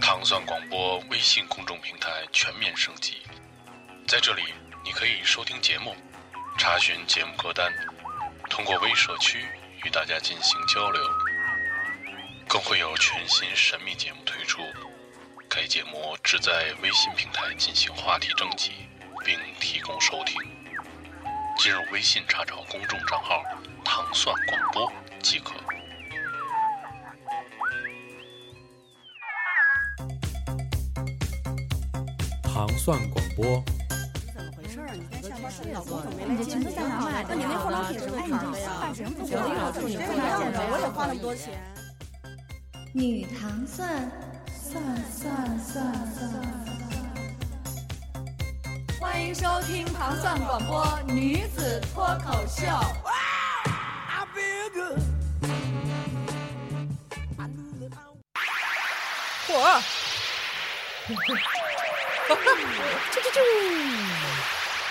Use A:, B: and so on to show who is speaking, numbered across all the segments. A: 糖蒜广播微信公众平台全面升级，在这里你可以收听节目，查询节目歌单，通过微社区与大家进行交流，更会有全新神秘节目推出。该节目只在微信平台进行话题征集，并提供收听。进入微信查找公众账号“糖蒜广播”即可。
B: 糖蒜广播，
C: 怎么回事啊？你该下班睡了，我
D: 我
C: 怎么没
D: 你
C: 来
D: 这
C: 接
D: 裙
C: 你
D: 子在哪买的？
C: 那你那化妆品什么
D: 哎，
C: 牌
D: 你
C: 儿的
D: 这
C: 呀？
D: 发型不
C: 我
D: 合
C: 也
D: 理
C: 要
D: 啊，
C: 这
D: 这你
C: 么
D: 这
C: 样
D: 样
C: 的
D: 的，，
C: 我也花那么多钱。
E: 女糖蒜，蒜蒜蒜蒜。
D: 欢迎收听糖蒜广播女子脱口秀。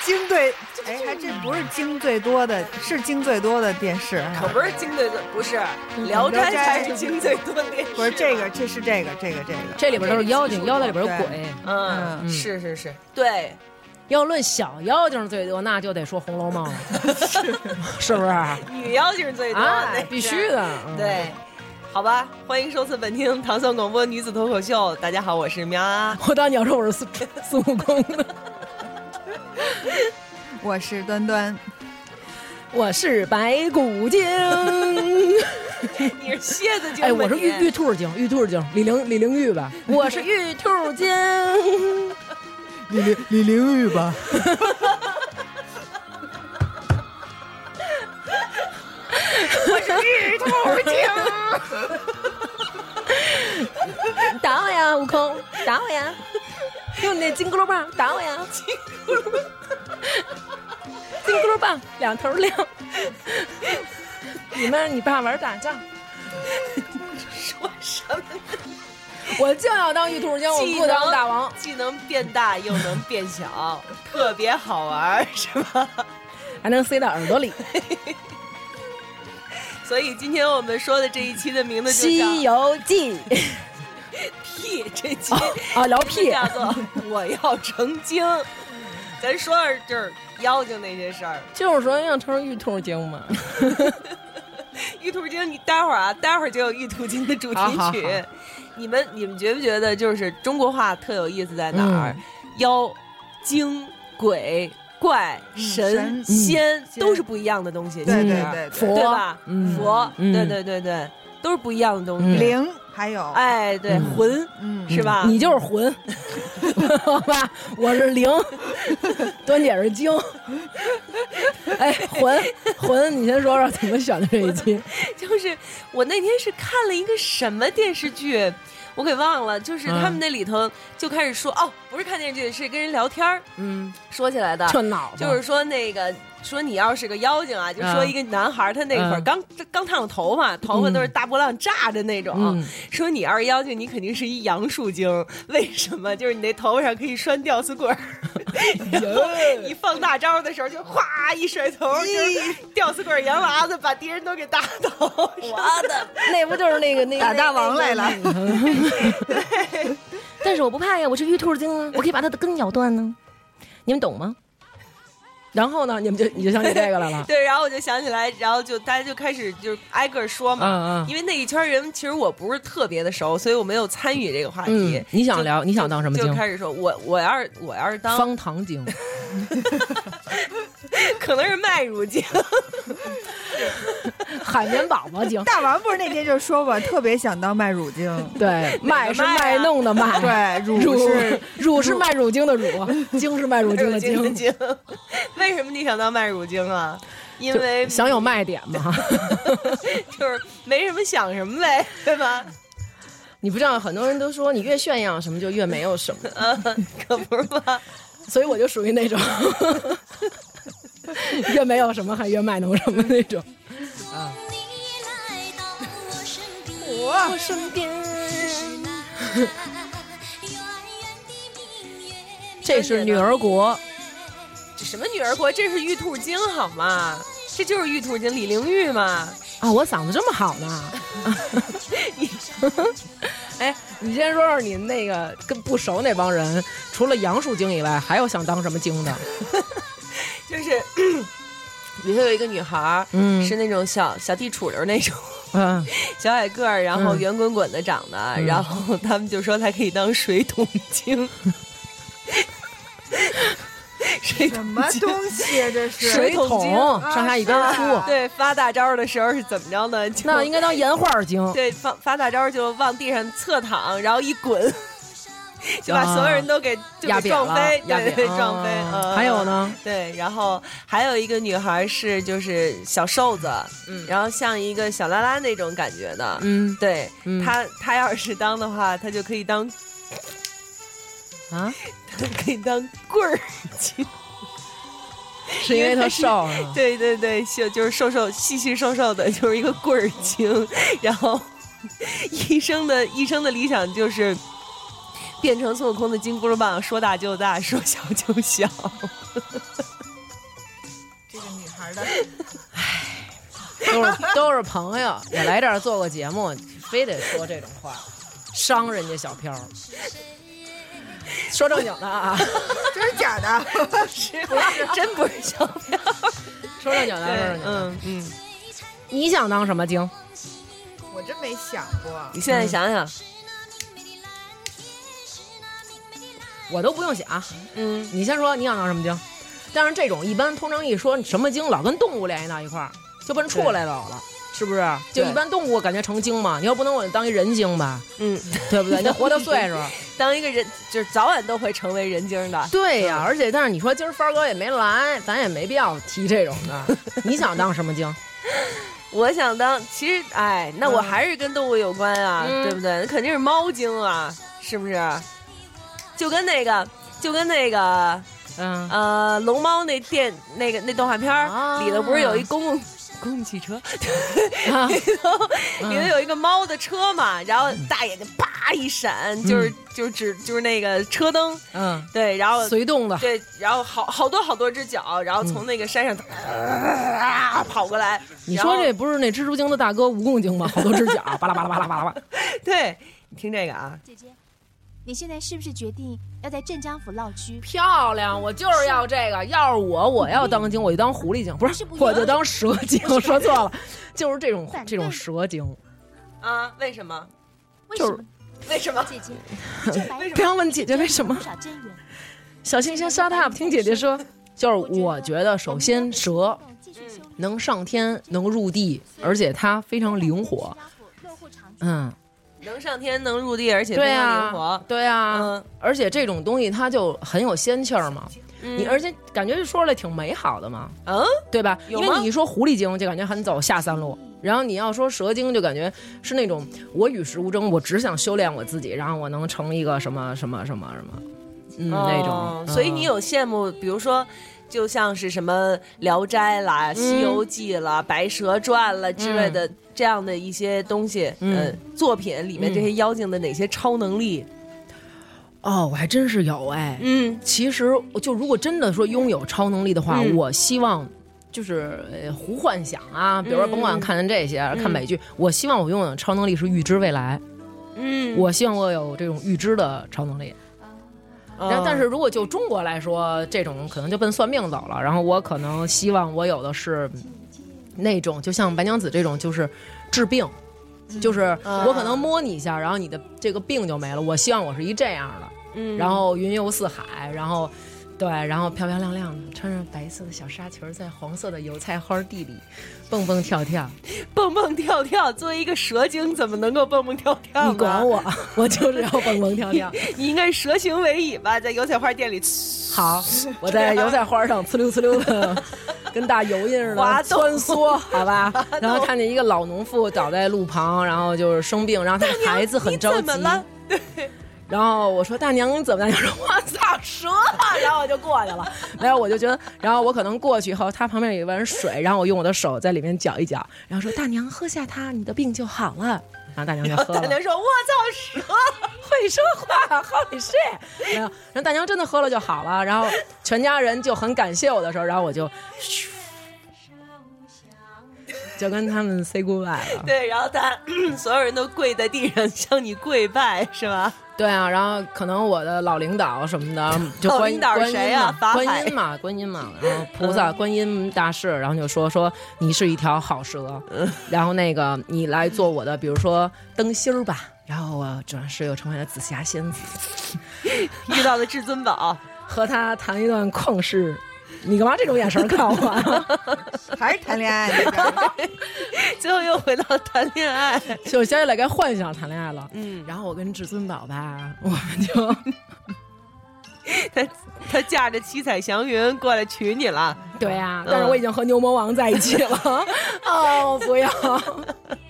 F: 精最，哎，还真不是精最多的，是精最多的电视啊。
G: 可不是精最多，不是
H: 嗯
G: 《聊斋》才是精最多电视。
F: 不是这个，这是这个，这个这个。
H: 这里边都是妖精，妖在里边有鬼。
G: 嗯，
F: 嗯
G: 是是是，对，
H: 要论小妖精最多，那就得说《红楼梦》 了，是不是？
G: 女妖精是最多的，
H: 啊
G: 对，
H: 必须的。嗯
G: 对，好吧，欢迎收听本厅《糖蒜广播女子脱口秀》。大家好，我是喵啊。
H: 我当你要说我是孙孙悟空的，
F: 我是端端，
H: 我是白骨 精。
G: 你是蝎子精，
H: 哎，我是玉玉，兔精，玉兔精，李玲李玲玉吧，我是玉兔精。
F: 李玲李玲玉吧？
H: 打我呀，悟空，打我呀！用你那金箍噜棒打我呀！金箍噜，金箍噜棒两头亮。你们，你爸玩打仗，
G: 说什么
H: 我就要当玉兔精，我
G: 技
H: 不当
G: 能
H: 大王。
G: 既能变大又能变小， 特别好玩，是吧？
H: 还能塞到耳朵里。
G: 所以今天我们说的这一期的名字就叫
H: 西游 记》
G: 屁，这 期
H: 啊，聊
G: 这
H: 屁
G: 叫做我要成精。咱说说就是妖精那些事儿。
H: 就是说要成玉兔精嘛。
G: 玉兔精，你待会儿啊，待会儿就有玉兔精的主题曲。
H: 好好好
G: 你们你们觉不觉得就是中国话特有意思在哪儿？
H: 嗯
G: 妖、精、鬼、怪、神、
F: 神
H: 嗯
G: 仙
F: 仙
G: 都是不一样的东西，
F: 对
G: 其实
F: 对对对
H: 佛
G: 对吧？
H: 嗯
G: 佛，
H: 嗯
G: 对对对对，都是不一样的东西。
H: 嗯
F: 灵还有，
G: 哎，对，
H: 嗯
G: 魂
F: 嗯，
G: 是吧？
H: 你就是 魂，好吧？我是灵，端姐是精。哎，魂魂，你先说说怎么选的这一期？
G: 就是我那天是看了一个什么电视剧，我给忘了，就是他们那里头就开始说、哦，不是看电视剧，是跟人聊天儿
H: 嗯，
G: 说起来的，
H: 这脑子
G: 就是说那个说你要是个妖精啊，就说一个男孩儿，他那会儿
H: 嗯
G: 刚刚烫了头发，头发都是大波浪炸的那种啊
H: 嗯，
G: 说你要是妖精，你肯定是一杨树精， 为什么？就是你那头发上可以拴吊死 鬼儿，然后你
H: 哎
G: 放大招的时候就哗一甩头，就是吊死鬼儿杨喇子把敌人都给打倒，，
H: 我的那不就是那个那个
F: 打大王来了。
H: 但是我不怕呀，我是玉兔精啊，我可以把它的根咬断呢，你们懂吗？然后呢，你们就你就想起这个来 了
G: 对，然后我就想起来，然后就大家就开始就是挨个说嘛
H: 嗯，嗯
G: 因为那一圈人其实我不是特别的熟，所以我没有参与这个话题
H: 嗯。，你
G: 就
H: 想聊，你想当什么
G: 就
H: 精？
G: 开始说，我我要是我要是当，
H: 方 糖精，
G: 可能是麦乳 精，
H: 海绵宝宝精，
F: 大王不是那天就说嘛，特别想当卖乳精，
H: 对，卖是
G: 麦啊
H: 卖弄的卖，
F: 对，乳
H: 乳
F: 是
H: 乳是卖乳 精的乳，精是卖乳精
G: 乳
H: 的
G: 精的
H: 精，
G: 精。为什么你想当麦乳精啊？因为
H: 想有卖点嘛。
G: 就是没什么想什么呗，对吧？
H: 你不知道，很多人都说你越炫耀什么就越没有什么，
G: 嗯，可不是嘛。
H: 所以我就属于那 种越没有什么还越卖弄什么那种。我身边，这是女儿国，
G: 这什么女儿国？这是玉兔精好吗？这就是玉兔精，李玲玉嘛。
H: 啊，我嗓子这么好呢？
G: 你
H: 哎，你先说说你那个跟不熟那帮人，除了杨树精以外，还有想当什么精的？
G: 就是 里头有一个女孩儿，
H: 嗯
G: 是那种小小地杵儿那种
H: 嗯，
G: 小矮个儿，然后
H: 嗯
G: 圆滚滚的长的，
H: 嗯
G: 然后他们就说她可以当水桶精。水
F: 什
G: 桶
F: 么
G: 精
F: 东西啊？这是
H: 水桶
G: 水
F: 桶精
H: 上下一边儿
F: 啊
H: 出，
G: 对发大招的时候是怎么着呢？就
H: 那应该当岩画精。
G: 对发发大招就往地上侧躺，然后一滚，就把
H: 啊
G: 所有人都给就
H: 压
G: 给
H: 扁
G: 撞
H: 了
G: 飞，，
H: 压
G: 对
H: 扁
G: 对撞飞。
H: 啊
G: 嗯
H: 还有？呢？
G: 对，然后还有一个女孩是就是小瘦子，
H: 嗯
G: 然后像一个小拉拉那种感觉的，
H: 嗯
G: 对、
H: 嗯
G: 她她要是当的话，她就可以当
H: 啊，
G: 可以当棍儿 精，
H: 是因为他瘦啊是 吗？
G: 对对对，就就是瘦瘦细细瘦瘦的，就是一个棍儿精。然后医生的医生的理想就是变成孙悟空的金箍棒，说大就大，说小就小。
F: 这个女孩的
H: 都 是都是朋友，也来这儿做过节目，非得说这种话，伤人家小飘。说正经的啊，
F: 真是假 的？
G: 不是，真不是小 票。
H: 说正经的，
G: 对
H: 说正经的。
G: 嗯嗯，
H: 你想当什么精？
F: 我真没想过。
G: 你现在想想，
H: 我都不用想，
G: 嗯，
H: 你先说你想当什么精。但是这种一般通常一说什么精，老跟动物联系到一块儿，就奔畜来老了，是不是？就一般动物我感觉成精嘛，你又不能我当一人精吧，
G: 嗯，
H: 对不对？你得活到岁数。
G: 当一个人就是早晚都会成为人精的。
H: 对呀、而且但是你说今儿帆儿哥也没来，咱也没必要提这种 的。你想当什么精？
G: 我想当，其实哎，那我
H: 嗯
G: 还是跟动物有关啊，
H: 嗯
G: 对不对？那肯定是猫精啊，是不是？就跟那个，就跟那个，
H: 嗯，
G: 呃，龙猫那电那个那动画片儿、
H: 啊
G: 里头不是有一公共公共汽车，
H: 啊
G: 里头、
H: 嗯
G: 里头有一个猫的车嘛，然后大眼睛啪一闪，就是、就是指就是那个车灯，
H: 嗯，
G: 对，然后
H: 随动的，
G: 对，然后好好多好多只脚，然后从那个山上、啊跑过来。
H: 嗯你
G: 然
H: 说
G: 后
H: 这不是那蜘蛛精的大哥蜈蚣精 吗？好多只脚，巴拉巴拉巴拉巴拉巴拉。
G: 对，你听这个啊，
I: 姐姐，你现在是不是决定要在镇江府闹区？
H: 漂亮，我就是要这个。要是我，我要当精，我就当狐狸精，不是，
I: 不一样
H: 我就当蛇精。说错了，就是这种
I: 反
H: 这
I: 对
H: 种蛇精。
G: 啊，为什么？
I: 为
H: 就
I: 什
H: 是
I: 么？
G: 为什么？
I: 姐姐，这 白
H: 不要
I: 蓉
H: 问姐姐为什么
I: 不。少真言。
H: 小星星 shut up，听姐姐说，就是我觉得首先蛇
I: 继续修理
H: 能上天，能入地，而且它非常灵活。。嗯，
G: 能上天，能入地，而且非
H: 对
G: 常灵
H: 啊
G: 活，。
H: 对啊，
G: 嗯
H: 而且这种东西它就很有仙气儿嘛。你而且感觉说出来挺美好的嘛，
G: 嗯，
H: 对吧？因
G: 有
H: 为
G: 吗
H: 你一说狐狸精就感觉很走下三路，然后你要说蛇精就感觉是那种我与世无争，我只想修炼我自己，然后我能成一个什么什么什么什么，嗯，那
G: 哦
H: 种。嗯
G: 所以你有羡慕，比如说。就像是什么《聊斋》啦、西游记》啦、白蛇传》啦之类的、这样的一些东西，
H: 嗯
G: 呃，作品里面这些妖精的哪些超能力？
H: 哦，我还真是有哎。
G: 嗯，
H: 其实我就如果真的说拥有超能力的话，
G: 嗯
H: 我希望。就是呃胡幻想
G: 嗯
H: 啊，比如说甭管看这些、看美剧，我希望我拥有的超能力是预知未来，
G: 嗯
H: 我希望我有这种预知的超能力。然
G: 哦
H: 后，但是如果就中国来说，这种可能就奔算命走了。然后我可能希望我有的是那种，就像白娘子这种，就是治病，就是我可能摸你一下，然后你的这个病就没了。我希望我是一这样的，
G: 嗯
H: 然后云游四海，然后对，然后漂漂亮亮的，穿着白色的小纱裙儿，在黄色的油菜花地里蹦蹦跳跳。
G: 蹦蹦跳跳，作为一个蛇精，怎么能够蹦蹦跳跳呢？
H: 你管我， 我就是要蹦蹦跳跳。
G: 你应该是蛇形尾尾吧，在油菜花店里
H: 好，我在油菜花上呲溜呲溜的，跟大油 印似
G: 滑
H: 的
G: 动
H: 穿梭，好 吧
G: 动。
H: 然后看见一个老农妇倒在路旁，然后就是生病，然后他的孩子很着
G: 你
H: 急
G: 怎么。了？
H: 然后我说：“大娘，你怎么样？”他说：“我操，折了。”然后我就过去了。 没有，我就觉得，然后我可能过去以后，他旁边有一碗水，然后我用我的手在里面搅一搅，然后说：“大娘，喝下它，你的病就好了。”然后大娘就喝
G: 大
H: 了。
G: 娘说：“我操，蛇
H: 会说话，Holy shit！没有，然后大娘真的喝了就好了，然后全家人就很感谢我的时候，然后我就，就跟他们 say goodbye 了。
G: 对，然后他 所有人都跪在地上向你跪拜，是 吧？
H: 对啊，然后可能我的老领导什么的，就
G: 老
H: 观
G: 领导是
H: 观
G: 谁
H: 音
G: 呀
H: 嘛，
G: 法海嗯
H: 观音嘛，观音嘛，然后菩萨观音大士，然后就说说你是一条好蛇，
G: 嗯
H: 然后那个你来做我的，比如说灯芯儿吧。然后我转世又成为了紫霞仙子，
G: 遇到了至尊 宝，
H: 和他谈一段旷世。你干嘛这种眼神看我？啊
J: 还是谈恋爱那边儿？
G: 最后又回到谈恋爱。
H: 就想起来该幻想谈恋爱了。
G: 嗯，
H: 然后我跟至尊宝吧， 我们就
G: 他他驾着七彩祥云过来娶你了，
H: 对呀、
G: 嗯
H: 但是我已经和牛魔王在一起了。 哦，不 要，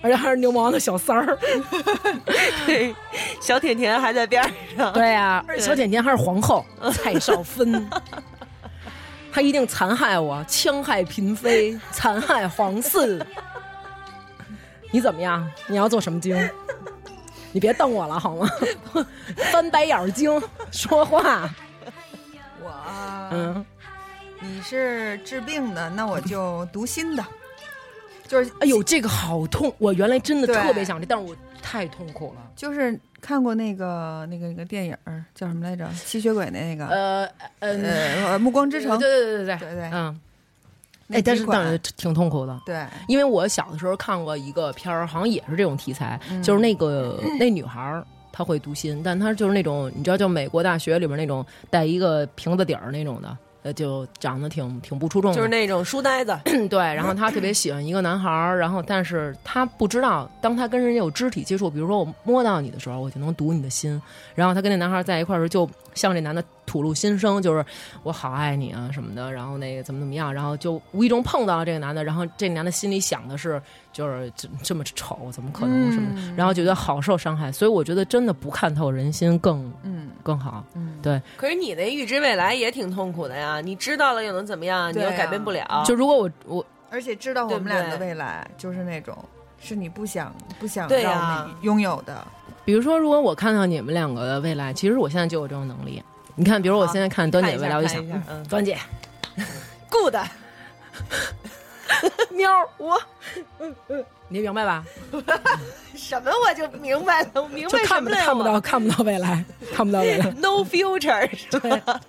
H: 而且还是牛魔王的小三儿。
G: 对， 小甜甜还在边上。
H: 对啊呀、而且小甜甜还是皇后蔡少芬，她一定残害我，戕害嫔妃，残害皇嗣。你怎么样？你要做什么精？你别瞪我了好吗？ 翻白眼儿精，说话。
F: 啊
J: 我，
H: 嗯，
J: 你是治病的，那我就读心 的，就是
H: 哎呦，这个好痛！我原来真的
J: 对
H: 特别想这，但是我太痛苦了。
J: 就是看过那个那个那个电影儿叫什么来着？吸血鬼那个，
H: 呃嗯，
J: 呃，暮啊光之城，
H: 对对对对
J: 对对，
H: 嗯，
J: 那
H: 哎，但
J: 几
H: 是
J: 款
H: 但是挺痛苦的。
J: 对，
H: 因为我小的时候看过一个片儿，好像也是这种题材，就是那个 那女孩儿她会读心，但她就是那种你知道，就美国大学里边那种带一个瓶子底儿那种的，呃，就长得挺挺不出众 的，
G: 就是那种书呆子，
H: 对。然后她特别喜欢一个男孩儿，然后但是她不知道，当她跟人家有肢体接触，比如说我摸到你的时候，我就能读你的心。然后她跟那男孩儿在一块儿的时候，就向这男的吐露心声，就是我好爱你啊什么的，然后那个怎么怎么样，然后就无意中碰到了这个男的，然后这男的心里想的是，就是这这么丑，怎么可能什么的，
J: 嗯
H: 然后觉得好受伤害，所以我觉得真的不看透人心更
J: 嗯
H: 更好。
G: 可是你那预知未来也挺痛苦的呀。你知道了又能怎么样？你
J: 对
G: 又
J: 啊
G: 改变不了。
H: 就如果我我
J: 而且知道我们
G: 对不
J: 俩的
G: 对
J: 未来就是那种是你不想不想
G: 对
J: 让
G: 呀
H: 啊
J: 你拥有的，
H: 比如说，如果我看到你们两个的未来，其实我现在就有这种能力。你看，比如我
G: 好
H: 现在看端
G: 看
H: 姐
G: 一下
H: 未来，我就
G: 看
H: 想
G: 一下，嗯
H: 端姐
G: good，喵儿，我
H: 你明白吧？
G: 什么我就明白了，我明
H: 就
G: 白什
H: 看
G: 么
H: 不
G: 了呀
H: 看不
G: 我
H: 到看不到未来，看不到 未来。
G: no future 是吧？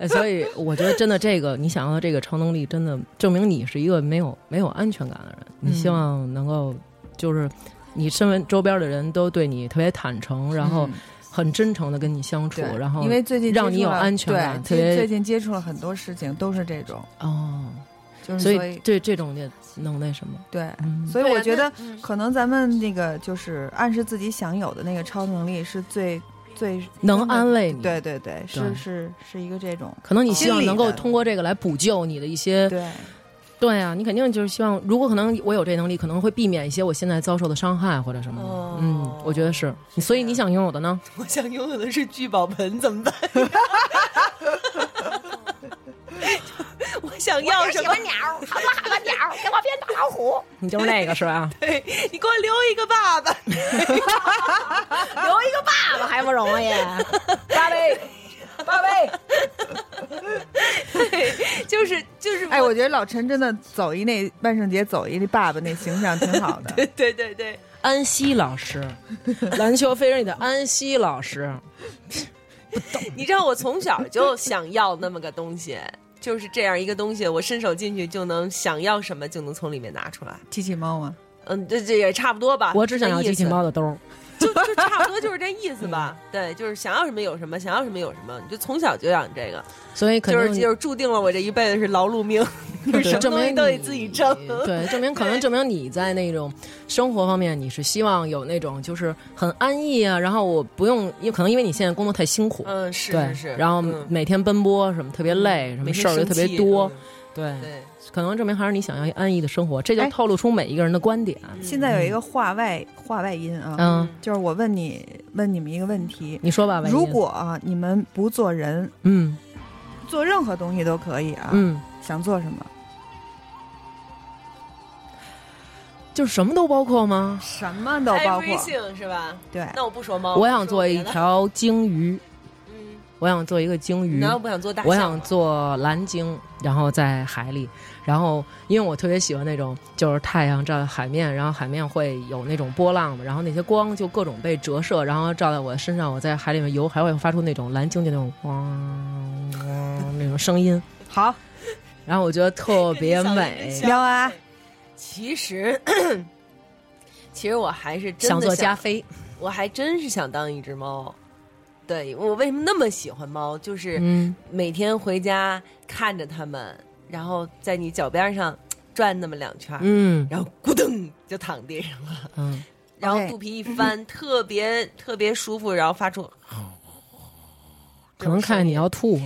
H: 哎所以我觉得真的这个，你想要的这个超能力，真的证明你是一个没有没有安全感的人。你希望能够就是你身为周边的人都对你特别坦诚，然后
J: 嗯
H: 很真诚的跟你相处，
J: 对
H: 然后
J: 因为最近接
H: 让你
J: 触
H: 有
J: 了
H: 安全感，特
J: 对，最最
H: 别
J: 近接触了很多事情都是这种，
H: 哦，
J: 就是
H: 所
J: 嗯所
H: 以这这种也能那什么，
J: 对，
H: 嗯，
J: 所以我觉得
K: 嗯
J: 可能咱们那个就是暗示自己享有的那个超能力是最最
H: 能安
J: 慰，
H: 慰你。
J: 对对对，
H: 对
J: 是是是一个这种
H: 可能你希
J: 心
H: 望
J: 理
H: 能够
J: 的
H: 通过这个来补救你的一些
J: 对
H: 对啊，你肯定就是希望，如果可能，我有这能力，可能会避免一些我现在遭受的伤害或者什么的。
G: 哦啊
H: 嗯，我觉得是。所以你想拥有的呢？
G: 我想拥有的是聚宝盆，怎么办？ 我想要什么？
H: 你就是那个是吧？
G: 对你给我留一个爸爸，
H: 有一个爸爸还不容易，八贝，八贝，
G: 对，就是就是，，
J: 哎，我觉得老陈真的走一那万圣节走一那爸爸那形象挺好 的
G: 对对对，
H: 安西 老师，篮球飞人里的安西老师，
G: 啊你知道我从小就想要那么个东西，就是这样一个东西，我伸手进去就能想要什么就能从里面拿出来。
J: 机器猫吗？
G: 嗯，这这也差不多吧。
H: 我只想要
G: 这意
H: 机
G: 思
H: 器，猫的兜儿。
G: 就就差不多就是这意思吧。对，就是想要什么有什么，想要什么有什么，你就从小就养这个，
H: 所以肯
G: 就
H: 定
G: 是就是注定了我这一辈子是劳碌 命，就是什么
H: 证
G: 东西
H: 明
G: 都得
H: 你
G: 自己挣。
H: 对， 证明可能证明你在那种生活方面，你是希望有那种就是很安逸啊，然后我不用，因为可能因为你现在工作太辛苦，
G: 嗯，是
H: 对，
G: 是是。
H: 然后
G: 嗯
H: 每天奔波什么特别累，什
G: 每
H: 么
G: 天
H: 事儿又
G: 生
H: 特别
G: 气
H: 多，
G: 嗯
H: 对，
G: 对，
H: 可能证明还是你想要一安逸的生活，这就
J: 哎
H: 透露出每一个人的观点。
J: 现在有一个话外话外音啊，
H: 嗯，
J: 就是我问你问你们一个问题，
H: 你说吧，万一
J: 如果啊你们不做人，
H: 嗯
J: 做任何东西都可以啊，
H: 嗯，
J: 想做什么？
H: 就是什么都包括吗？
J: 什么都包括，
G: Everything 是吧？
J: 对，
G: 那我不说猫，
H: 我
G: 不
H: 想
G: 哦说
H: 做
G: 别
H: 一
G: 的，
H: 条鲸鱼，
G: 嗯，
H: 我我想做一个鲸鱼，
G: 难道不想做大象
H: 我
G: 吗？
H: 想做蓝鲸，然后在海里，然后因为我特别喜欢那种，就是太阳照在海面，然后海面会有那种波浪嘛，然后那些光就各种被折射，然后照在我身上，我在海里面游，还会发出那种蓝鲸的那种汪汪那种声音，
G: 好，
H: 然后我觉得特别
G: 跟你想的真
H: 美，
G: 像
J: 聊啊，
G: 其实其实我还是真的
H: 想做加菲，
G: 我还真是想当一只猫。对我为什么那么喜欢猫，就是
H: 嗯，
G: 每天回家看着它们，然后在你脚边上转那么两圈儿，
H: 嗯
G: 然后咕噔就躺地上了，
H: 嗯，
G: 然后
J: OK
G: 肚皮一翻，特别特别舒服，然后发出，
H: 可能看见你啊要吐了，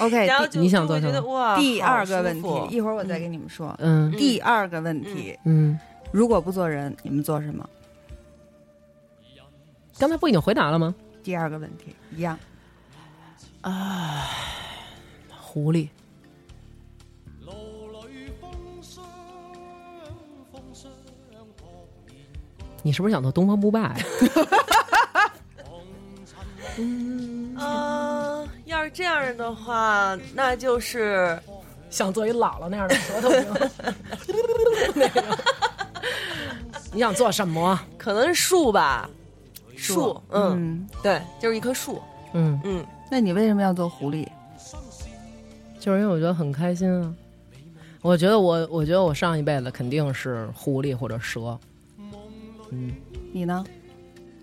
J: OK，
G: 然后
H: 哎第
G: 就
H: 你想
G: 就会
H: 做
G: 觉
H: 什
G: 得哇，
J: 第第
G: 啊好
J: 二个
G: 舒
J: 问题
G: 服，啊
J: 一会儿我再给你们说。
H: 嗯
J: 第二个问题，
H: 嗯，
J: 如果不做人，你们做什么？
H: 刚才不已经回答了吗？
J: 第二个问题一样，
H: 狐狸，你是不是想做东方不 败呀？
G: 啊，要是这样的话，那就是
H: 想做一姥姥那样的舌头型？那个 你想做什么？啊
G: 可能是树吧，树，嗯，
J: 嗯，
G: 对，就是一棵树，
H: 嗯，
G: 嗯，
J: 那你为什么要做狐狸？
H: 就是因为我觉得很开心啊。我觉得我，我觉得我上一辈子肯定是狐狸或者蛇。
J: 你呢？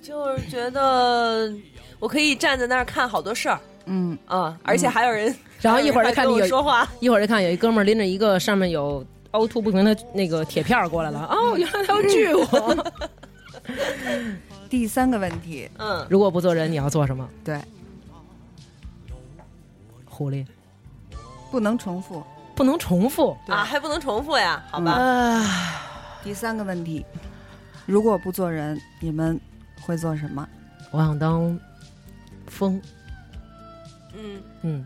G: 就是觉得我可以站在那儿看好多事儿
J: 嗯，
G: 啊，而且还有人，
H: 然后一会儿再看
G: 还
H: 你
G: 有人跟我
H: 有
G: 说话，
H: 一会儿就看有一哥们儿拎着一个上面有凹凸不平的那个铁片儿过来 了，哦，原来他要锯我。
J: 第三个问题，
G: 嗯，
H: 如果不做人，你要做什么？
J: 对，
H: 狐狸
J: 不能重复。
H: 不能重复
G: 啊，还不能重复呀，好吧，
H: 啊！
J: 第三个问题，如果不做人，你们会做什么？
H: 我想当风，
G: 嗯，
H: 嗯，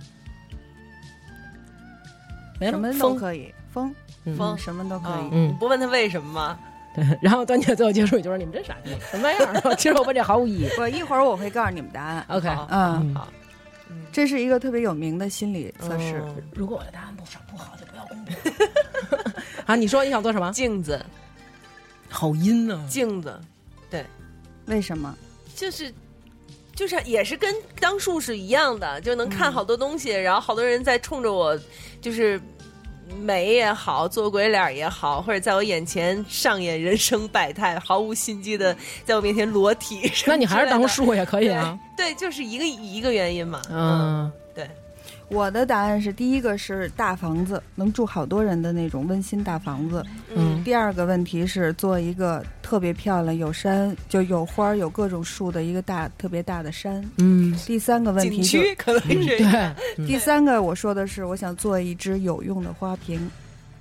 H: 没
J: 什么都
H: 风，
J: 可以，风，
H: 嗯
G: 哎风
J: 什么都可
G: 啊
J: 以。
H: 嗯
G: 你不问他为什么吗？
H: 对。 然后端起来最后结束语就是你们真傻逼，什么样儿？ 其实我问这毫无意义。
J: 我一会儿我会告诉你们答案。
H: OK，
G: 好
J: 嗯，
H: 嗯
G: 好，
J: 这是一个特别有名的心理测试。
G: 嗯
H: 如果我的答案不少不好，就不要公布。 啊，你说你想做什么？
G: 镜子，
H: 好阴啊呢、
G: 镜子，
J: 为什么？
G: 就是。就是也是跟当树是一样的，就能
J: 嗯
G: 看好多东西，然后好多人在冲着我，就是美也好，做鬼脸儿也好，或者在我眼前上演人生百态，毫无心机的在我面前裸体 什么
H: 那你还是
G: 之类
H: 当
G: 的
H: 树也可以啊。
G: 对，就是一个一个原因嘛。嗯，
H: 嗯，
G: 对，
J: 我的答案是：第一个是大房子，能住好多人的那种温馨大房子；
H: 嗯
J: 第二个问题是做一个特别漂亮、有山就有花儿、有各种树的一个大特别大的山；
H: 嗯，
J: 第三个问
G: 景
J: 题就嗯
G: 区可能是
H: 对，，
J: 第三个我说的是，我想做一只有用的花瓶。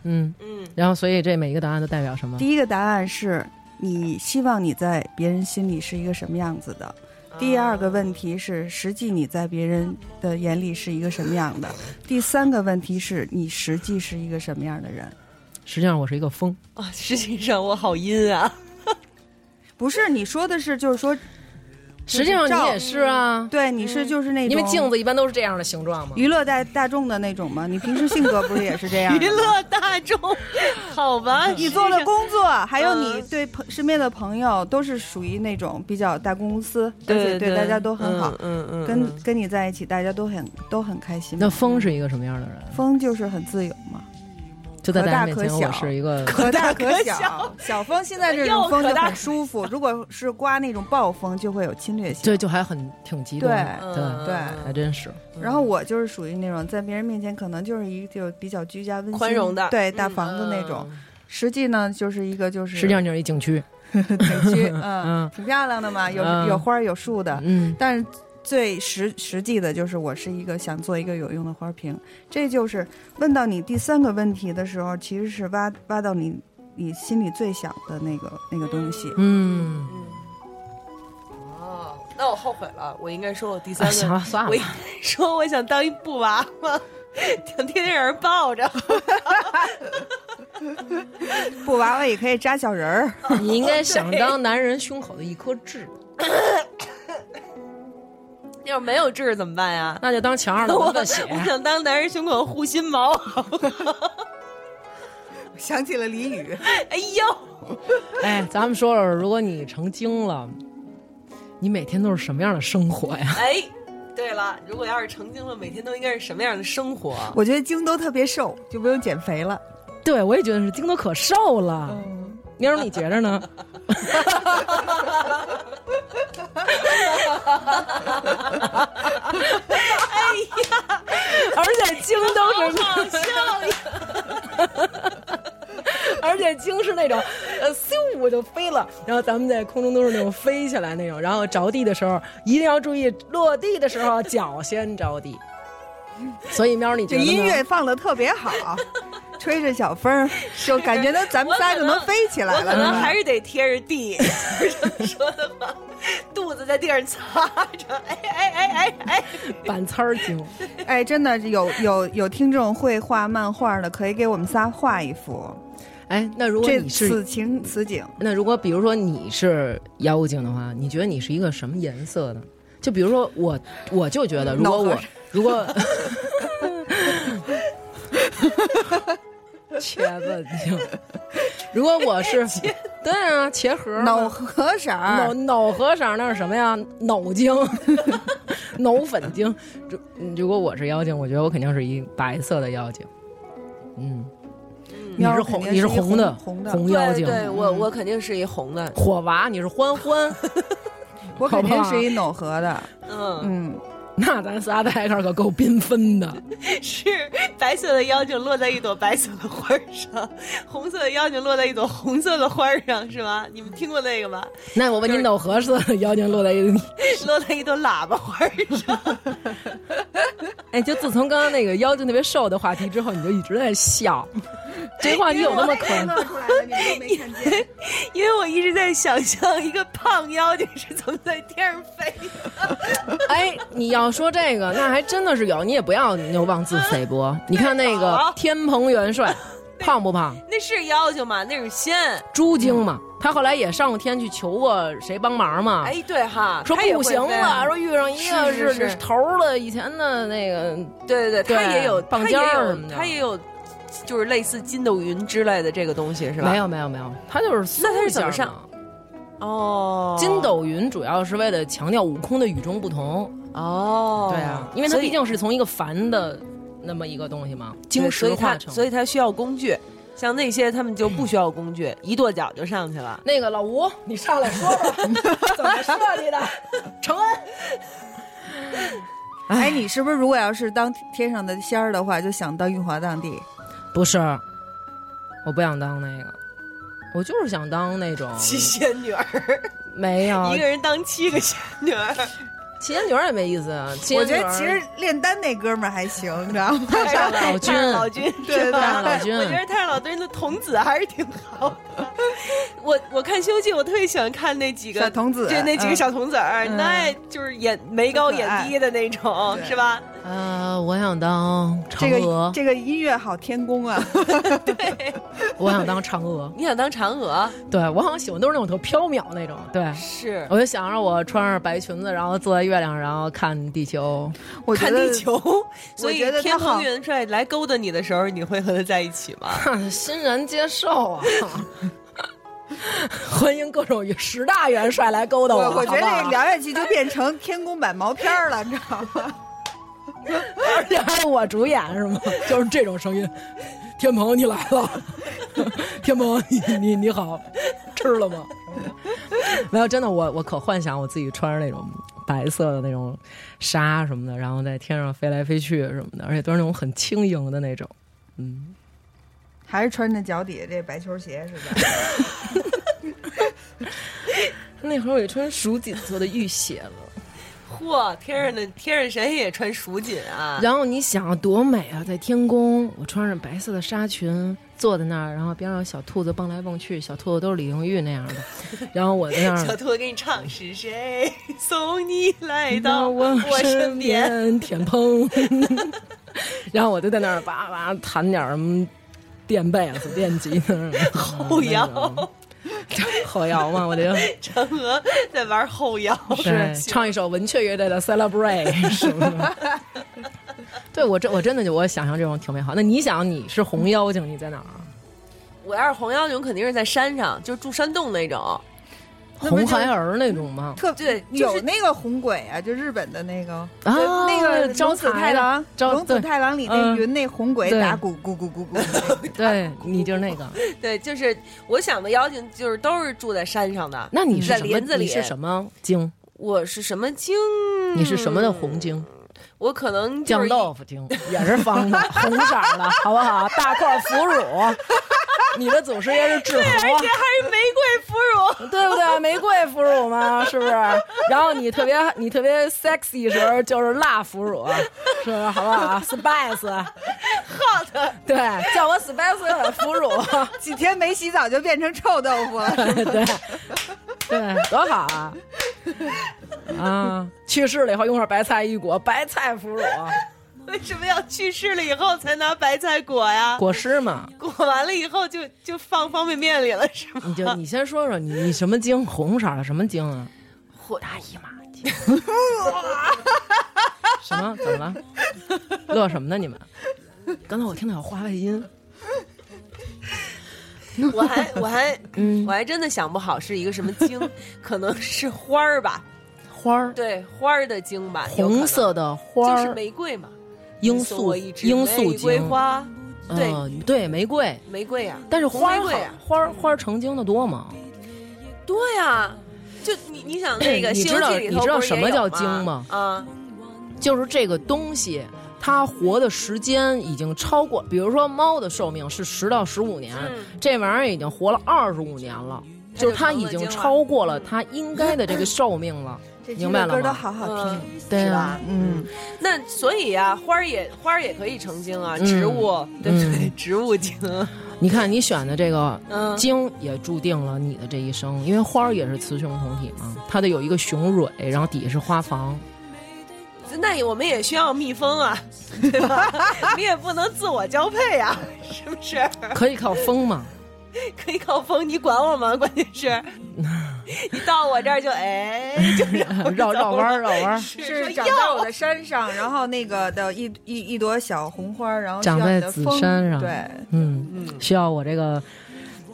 H: 嗯。
G: 嗯
H: 然后，所以这每一个答案都代表什么？
J: 第一个答案是你希望你在别人心里是一个什么样子的。第二个问题是，实际你在别人的眼里是一个什么样的？第三个问题是你实际是一个什么样的人？
H: 实际上，我是一个风。
G: 啊，实际上我好阴啊，
J: 不是你说的是，就是说，
H: 实际上你也是啊，
J: 对，你是就是那种
H: 因为镜子一般都是这样的形状嘛。
J: 娱乐大大众的那种吗？你平时性格不是也是这样
G: 娱
J: 的吗？
G: 乐大众， 好吧？
J: 你做的工作，还有你
G: 嗯
J: 对朋身边的朋友，都是属于那种比较大公司，而
G: 对
J: 且对大家都很好，
G: 嗯嗯，嗯
J: 跟跟你在一起，大家都很都很开心嘛。
H: 那风是一个什么样的人？
J: 风就是很自由嘛，
H: 就在大家
J: 可大
H: 面前，
J: 可
H: 我
J: 小
H: 是一个
J: 可大
G: 可
J: 可
G: 小
J: 小。小风现在这种风就很舒服，如果是刮那种暴风，就会有侵略性。
H: 对，就还很挺激动的，
J: 哎
G: 嗯
J: 对嗯
H: 对，
J: 对
H: 还真是。
J: 然后我就是属于那种在别人面前可能就是一就比较居家温馨、
G: 宽容的
J: 对
G: 嗯
J: 大房子那种。实际呢，就是一个就是
H: 嗯实际上就是一景区，
J: 景区，
H: 嗯
J: 嗯，挺漂亮的嘛，有
H: 嗯
J: 有花儿有树的，
H: 嗯，
J: 但是最实实际的就是，我是一个想做一个有用的花瓶。这就是问到你第三个问题的时候，其实是挖挖到你你心里最想的那个那个东西。
H: 嗯，
G: 哦，那我后悔了，我应该说我第
H: 啊
G: 三
H: 行
G: 个，
H: 了，算
G: 我
H: 了
G: 应，该说我想当一布娃娃，想天天让人抱着。
J: 布娃娃也可以扎小人儿，
H: 你应该想当男人胸口的一颗痣。
G: 要是没有痣怎么办呀？
H: 那就当墙 上的
G: 那 我
H: 蚊子血。
G: 我想当男人胸口护心 毛。
F: 想起了俚语，
G: 哎呦，
H: 哎，咱们说说，如果你成精了，你每天都是什么样的生活呀？
G: 哎，对了，如果要是成精了，每天都应该是什么样的生 活？
J: 我觉得京都特别瘦，就不用减肥了。
H: 对，我也觉得是精都可瘦了。妞儿，你觉着 呢？而且京都是好 笑而且鲸是那种，呃，咻我就飞了，然后咱们在空中都是那种飞起来那种，然后着地的时候一定要注意，落地的时候脚先着地。所以喵儿，你觉
J: 就
H: 得呢
J: 音乐放的特别好，吹着小风儿，就感觉能咱们仨就能飞起来
G: 我可能
J: 了。嗯
G: 还是得贴着地， 说的话，肚子在地上擦着，哎哎哎哎哎，
H: 板擦儿精，
F: 哎，真的有有有听众会画漫画的，可以给我们仨画一幅。
H: 哎，那如果
F: 这
H: 你是
F: 此情此景，
H: 那如果比如说你是妖精的话，你觉得你是一个什么颜色的？就比如说我，我就觉得如果
F: 脑
H: 我
F: 壳
H: 如果，茄子精，如果我 是对啊，茄盒嘛
F: 嗯脑壳色
H: 脑
F: 儿，
H: 脑盒色儿那是什么呀？脑精， 脑粉精。如嗯如果我是妖精，我觉得我肯定是一白色的妖精。嗯，你
F: 妖
H: 是
F: 肯定
H: 红，
F: 是
H: 你
F: 一
H: 红的
F: 红的
H: 红妖
G: 对
H: 精，
G: 对，我我肯定是一红的，
H: 火娃，你是欢 欢，
F: 我肯
H: 好
F: 定
H: 不好
F: 是一脑壳的。
G: 嗯，
F: 嗯，
H: 那咱仨在一块儿可够缤纷的。
G: 是白色的妖精落在一朵白色的花儿上，红色的妖精落在一朵红色的花儿上，是吗？你们听过那个吗？
H: 那我问你，
G: 就是
H: 脑盒色的妖精落在一起。
G: 落在一朵喇叭花儿上，
H: 哎，就自从刚刚那个妖精特别瘦的话题之后，你就一直在 笑。这话题有那么可能？
F: 出来了，你们都没看见。
G: 因为我一直在想象一个胖妖精是怎么在天上飞的。
H: 哎，你要说这个，那还真的是有。你也不要你就妄自菲薄。你看那个
G: 好
H: 天蓬元 帅，胖不胖？
G: 那是妖精吗？那是仙。
H: 猪精嘛，他后来也上过天去求过谁帮忙嘛。
G: 哎，对哈，
H: 说
G: 他也
H: 不
G: 会
H: 行
G: 飞
H: 了，说遇上一个
G: 是是是
H: 头儿的以前的那个
G: 对对对，他
H: 对
G: 也有，
H: 棒
G: 他也
H: 尖儿
G: 有
H: 什么的
G: 他也有，就是类似筋斗云之类的这个东西是吧？
H: 没有没有没有，他就是
G: 那他
H: 搜
G: 是
H: 一下
G: 怎么上
H: 嘛
G: 哦，
H: 筋斗云主要是为了强调悟空的与众不同，
G: 哦，
H: 啊因为它
G: 所以
H: 毕竟是从一个凡的那么一个东西嘛，
G: 对
H: 晶石
G: 所以
H: 化
G: 他
H: 成。
G: 所以他需要工具。像那些他们就不需要工具，一跺脚就上去了。
H: 那个老吴，你上来说吧，怎么设计的？承恩，
F: 哎，你是不是如果要是当天上的仙儿的话，就想当玉皇大帝？
H: 不是，我不想当那个，我就是想当 那种
G: 七仙女儿，
H: 没有
F: 嗯
G: 一个人当七个仙女 儿，
H: 七仙女儿也没意思啊。七
F: 我
H: 仙女
F: 觉
H: 儿
F: 得其实炼丹那哥们儿还行，你知道吗？
G: 太上
H: 老
G: 太
H: 君
G: 上老君，
F: 对
G: 是吧
H: 太上老君
G: 我觉得太上老君的童子还是挺好的。我我看《西游记》，我特别喜欢看那几个
F: 小童子
G: 对那几个
F: 嗯
G: 小童子儿，
F: 嗯
G: 那就是眼眉高眼低的那种，
F: 对
G: 是吧？
H: 呃，我想当
F: 这
H: 嫦
F: 个
H: 娥，
F: 这个音乐好天宫啊！
H: 我想当嫦 娥，
G: 你想当嫦娥？
H: 对我好像喜欢都是那种特飘渺那种，对。
G: 是
H: 我就想让我穿上白裙子，然后坐在月亮上，然后看地球。
F: 我觉
G: 看
F: 得
G: 地球，所以
F: 觉得他
G: 天蓬
F: 好
G: 元帅来勾搭你的时候，你会和他在一起吗？
H: 欣然接受啊！ 欢迎各种十大元帅来勾搭
F: 我
H: 我
F: 我觉得这聊下去就变成天宫版毛片儿了，你知道 吗？
H: 而且还是我主演是吗？ 就是这种声音。天鹏，你来了！ 天鹏，你你你好，吃了吗？ 没有，真的，我我可幻想我自己穿着那种白色的那种纱什么的，然后在天上飞来飞去什么的，而且都是那种很轻盈的那种。嗯，
F: 还是穿着脚底下这白球鞋似的。
H: 那会儿我也穿蜀锦做的玉鞋了。
G: 嚯，天上的天上神也穿蜀锦啊！
H: 然后你想多美啊，在天宫，我穿着白色的纱裙坐在那儿，然后边上有小兔子蹦来蹦去，小兔子都是李玲玉那 样的，然后我在那
G: 小
H: 儿。
G: 兔子给你唱，是谁送你来
H: 到
G: 到
H: 我身
G: 身边？
H: 边，天蓬， 然后我就在那儿哇哇弹点儿什么垫被子、垫吉他，
G: 后摇，
H: 后摇嘛，我 觉得
G: 嫦娥在玩后摇，
H: 对，哎唱一首文雀乐队的《Celebrate》什 么的。对我真我真的就我想象这种挺美好。那你想你是红妖精，你在哪儿啊？
G: 我要是红妖精，肯定是在山上，就住山洞那种。
J: 那不就
H: 红孩儿那种吗？
J: 特
G: 对就是
J: 有那个红鬼啊，就日本的那个
H: 啊
J: 就那个
H: 招
J: 龙子
H: 财
J: 太
H: 的啊
J: 郎，
H: 招
J: 龙子
H: 对
J: 太郎里那
H: 嗯
J: 云那红鬼
H: 对
J: 打鼓咕咕咕咕，
H: 对，你就是那个。
G: 对，就是我想的妖精，就是都是住在山上的。
H: 那你是
G: 在
H: 什
G: 林
H: 么？
G: 子里
H: 你是什么精？
G: 我是什么精？
H: 你是什么的红精？
G: 我可能就是
H: 酱
G: 一
H: 豆腐精也嗯是方的， 红色儿的，好不好？大块腐 乳，你的祖师爷是智
G: 而
H: 猴
G: 且。还是玫瑰腐乳。
H: 对不对？玫瑰腐乳嘛，是不是？然后你特别你特别 sexy 时候就是辣腐乳，是不是？好不好？Spice hot，对，叫我 Spice 腐乳，
J: 几天没洗澡就变成臭豆腐了。
H: 对对，多好 啊！啊，去世了以后用块白菜一裹，白菜腐乳
G: 为什么要去世了以后才拿白菜裹呀？
H: 裹尸嘛。
G: 裹完了以后就就放方便面里了，是吗？
H: 你就你先说说你你什么精，红色儿的什么精啊？
G: 火大姨妈精，
H: 什 么？怎么了？乐什么呢？你们？刚才我听到有话外音，
G: 我还我 还
H: 嗯
G: 我还真的想不好是一个什么精，可能是花儿吧，
H: 花儿，
G: 对花儿的精吧，有可能
H: 红色的花
G: 就是
H: 儿，
G: 玫瑰嘛，
H: 罂
G: 你送
H: 粟
G: 我一支
H: 罂粟
G: 玫瑰
H: 精，
G: 花，对、
H: 呃对玫瑰。
G: 玫瑰呀、
H: 但是
G: 红
H: 花
G: 玫
H: 儿
G: 瑰
H: 好
G: 呀、
H: 花儿花儿成精的多吗？
G: 对呀、就你你想那个《
H: 你
G: 西游
H: 知
G: 记
H: 道》
G: 里
H: 你
G: 头
H: 知道
G: 不是
H: 什
G: 也
H: 么
G: 有
H: 叫
G: 吗
H: 精吗
G: 啊，
H: 就是这个东西，它活的时间已经超过，比如说猫的寿命是十到十五年，
G: 嗯
H: 这玩意儿已经活了二十五年了，
G: 它就
H: 就是它
G: 成
H: 已
G: 了
H: 经
G: 精了
H: 超过了它应该的这个寿命了，
J: 这
H: 明白
J: 几个
H: 了
J: 歌都
H: 吗？
J: 好好听，
H: 对
J: 是
H: 啊
J: 吧，？嗯，
G: 那所以呀、花儿也花儿也可以成精啊，
H: 嗯
G: 植物 对不对？
H: 嗯
G: 植物 精，
H: 你看你选的这个
G: 嗯，
H: 精也注定了你的这一生，因为花儿也是雌雄同体嘛，它得有一个雄蕊，然后底下是花房，
G: 那我们也需要蜜蜂啊，对吧？ 你也不能自我交配啊，是不是？
H: 可以靠风嘛。
G: 可以靠风，你管我吗？ 关键是，你到我这儿就哎，就
H: 绕绕弯儿，
G: 绕
H: 绕弯儿。
J: 是
G: 是
J: 长在我的山上，然后那个的一一一朵小红花，然后需要
H: 长在
J: 你的
H: 紫
J: 风
H: 山上
J: 对，
H: 嗯，
G: 嗯，
H: 需要我这个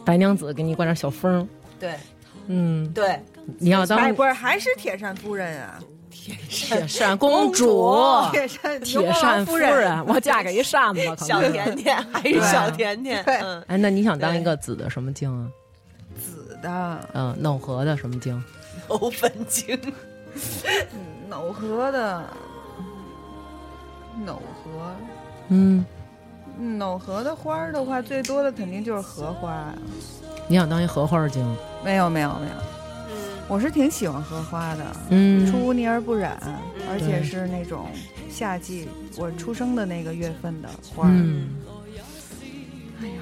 H: 白娘子给你灌点小风儿。
G: 对
H: 嗯，
G: 对，
H: 你要
J: 哎，
H: 当
J: 不是还是铁扇夫人啊？
H: 铁扇公主，
J: 铁扇
H: 铁扇
J: 夫
H: 夫人，我嫁给一扇子，可
G: 小
H: 能
G: 甜甜还是小甜甜，
J: 对
G: 嗯，
H: 哎，那你想当一个紫的什么精啊？
J: 紫的，
H: 嗯，藕荷的什么精？
G: 藕粉精，
J: 脑河的，脑河。
H: 嗯，
J: 脑河的花儿的话，最多的肯定就是荷花。
H: 你想当一荷花精？
J: 没有没有没有，
G: 嗯，
J: 我是挺喜欢荷花的，
H: 嗯，
J: 出泥而不染，而且是那种夏季我出生的那个月份的花儿，
H: 嗯，哎呀，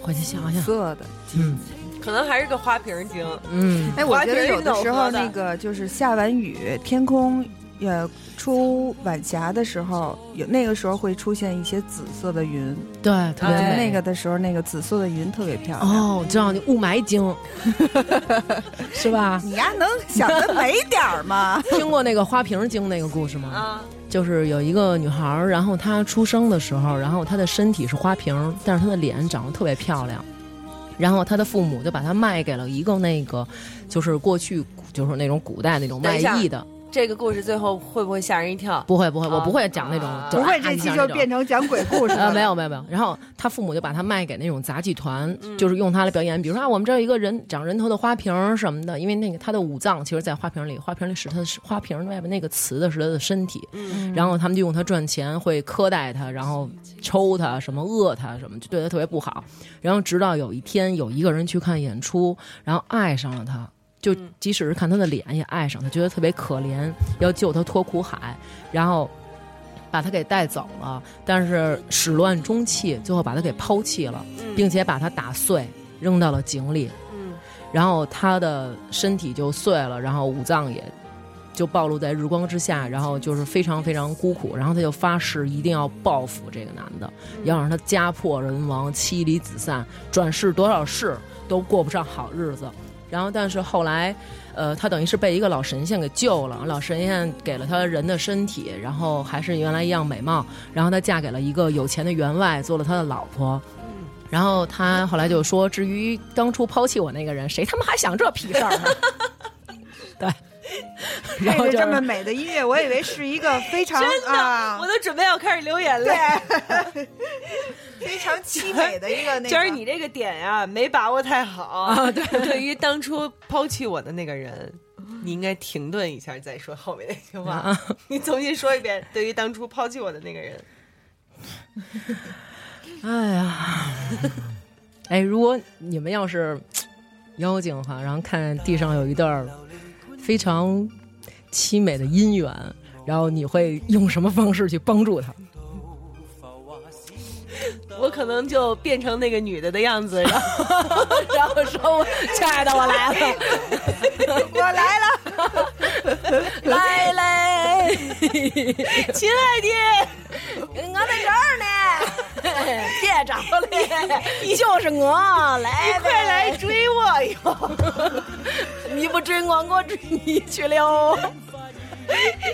H: 回去想想。
J: 色的。
H: 嗯
G: 可能还是个花瓶精，
H: 嗯，
J: 哎，我
G: 花
J: 觉
G: 瓶
J: 得
G: 是
J: 有的时
G: 脑
J: 候
G: 河的
J: 那个就是下完雨，天空也出晚霞的时候，有那个时候会出现一些紫色的云。
H: 对，特
J: 我觉
H: 别
J: 得
H: 美
J: 哎那个的时候，那个紫色的云特别漂亮。
H: 哦，我知道你雾霾精，是吧？
J: 你丫能想的美点儿吗？
H: 听过那个花瓶精那个故事吗？
G: 啊，
H: 就是有一个女孩儿，然后她出生的时候，然后她的身体是花瓶儿，但是她的脸长得特别漂亮。然后她的父母就把她卖给了一个那个，就是过去就是那种古代那种
G: 等
H: 卖
G: 一下
H: 艺的。
G: 这个故事最后会不会吓人一跳？
H: 不会不会，
G: 啊
H: 我不会讲那种，
G: 啊
H: 就
J: 不
H: 是
J: 会，
H: 啊
J: 这
H: 你
J: 期
H: 讲
J: 就
H: 种
J: 变成讲鬼故事了。
H: 呃，没有没有没有。然后他父母就把他卖给那种杂技团，
J: 嗯
H: 就是用他来表演，比如说啊，我们这儿有一个人长人头的花瓶儿什么的，因为那个他的五脏其实，在花瓶里，花瓶里是他的花瓶外边那个瓷的是他的身体，
J: 嗯
H: 然后他们就用它赚钱，会苛待他，然后抽他，什么饿他，什么就对他特别不好。然后直到有一天，有一个人去看演出，然后爱上了他。就
J: 嗯
H: 即使是看他的脸也爱上他，觉得特别可怜，要救他脱苦海，然后把他给带走了，但是始乱终弃，最后把他给抛弃了，并且把他打碎，扔到了井里。
G: 嗯
H: 然后他的身体就碎了，然后五脏也就暴露在日光之下，然后就是非常非常孤苦，然后他就发誓一定要报复这个男的，要让他家破人亡、妻离子散、转世多少世都过不上好日子。然后，但是后来，呃，他等于是被一个老神仙给救了，老神仙给了他人的身体，然后还是原来一样美貌，然后她嫁给了一个有钱的员外，做了他的老婆。然后他后来就说：“至于当初抛弃我那个人，谁他妈还想这屁 事儿呢？”对，然后
J: 配
H: 就
J: 着哎这么
H: 是
J: 美的音乐，我以为是一个非常
G: 真的，
J: 啊
G: 我，都准备要开始流眼泪。
J: 对，非常凄美的一个那个。
G: 娟儿，你这个点呀、没把握太好啊！对， 对于当初抛弃我的那个人，你应该停顿一下再说后面那句话。 你重新说一遍，对于当初抛弃我的那个人，
H: 哎呀，哎，如果你们要是妖精的话，然后看地上有一段儿非常凄美的姻缘，然后你会用什么方式去帮助他？
G: 我可能就变成那个女的的样子，然后
H: 然后说：“亲爱的，我来了，
J: 我来 了，
H: 来嘞，
G: 亲爱
H: 我在这儿 呢，别找了，就是我，来
G: 的，快来追我哟！
H: 你不追我，我追你去 了。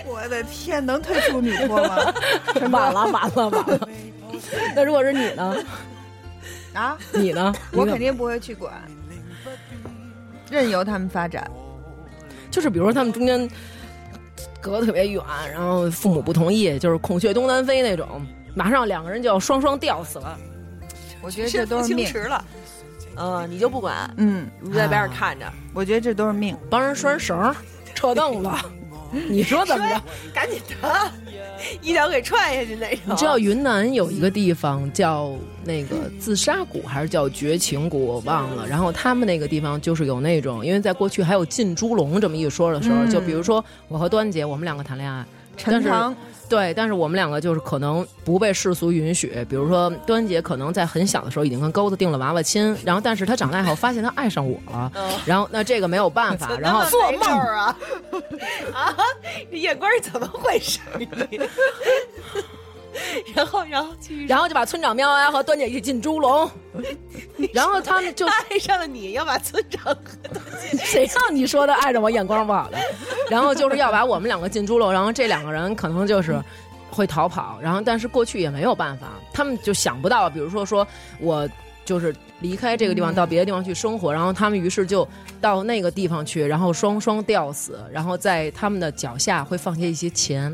J: 我的天，能退出女托吗？
H: 晚了，晚了，晚了。 那如果是你呢？
J: 啊，
H: 你呢？
J: 我肯
H: 你怎么
J: 定不会去管，任由他们发展。
H: 就是，比如说他们中间隔得特别远，然后父母不同意，就是孔雀东南飞那种，马上两个人就要双双吊死了。
J: 我 觉得这
G: 身
J: 都
G: 负
J: 是
G: 清
J: 命。
G: 池了，嗯，你就不管，
J: 嗯，
G: 你在边上看着，
J: 我觉得这都是命。
H: 帮人拴绳儿、扯凳子， 你说怎么着？
G: 赶紧的，一脚给踹下去那种。
H: 你知道云南有一个地方叫那个自杀谷还是叫绝情谷，我忘了。然后他们那个地方就是有那种，因为在过去还有浸猪笼这么一说的时候，就比如说我和端姐，我们两个谈恋爱，但
J: 陈
H: 是
J: 塘，
H: 对，但是我们两个就是可能不被世俗允许。比如说，端姐可能在很小的时候已经跟钩子定了娃娃亲，然后但是她长大以后发现她爱上我了，然后那这个没有 办法，然后
G: 做梦啊 啊！这夜官是怎么回事？然后，然后继续
H: 然后就把村长喵啊和端姐一起进猪笼，然后他们就
G: 说爱上了你，要把村长和
H: 谁让你说的碍着我眼光不好的？然后就是要把我们两个进猪笼，然后这两个人可能就是。会逃跑，然后但是过去也没有办法，他们就想不到，比如说说我就是离开这个地方到别的地方去生活，然后他们于是就到那个地方去，然后双双吊死，然后在他们的脚下会放下一些钱，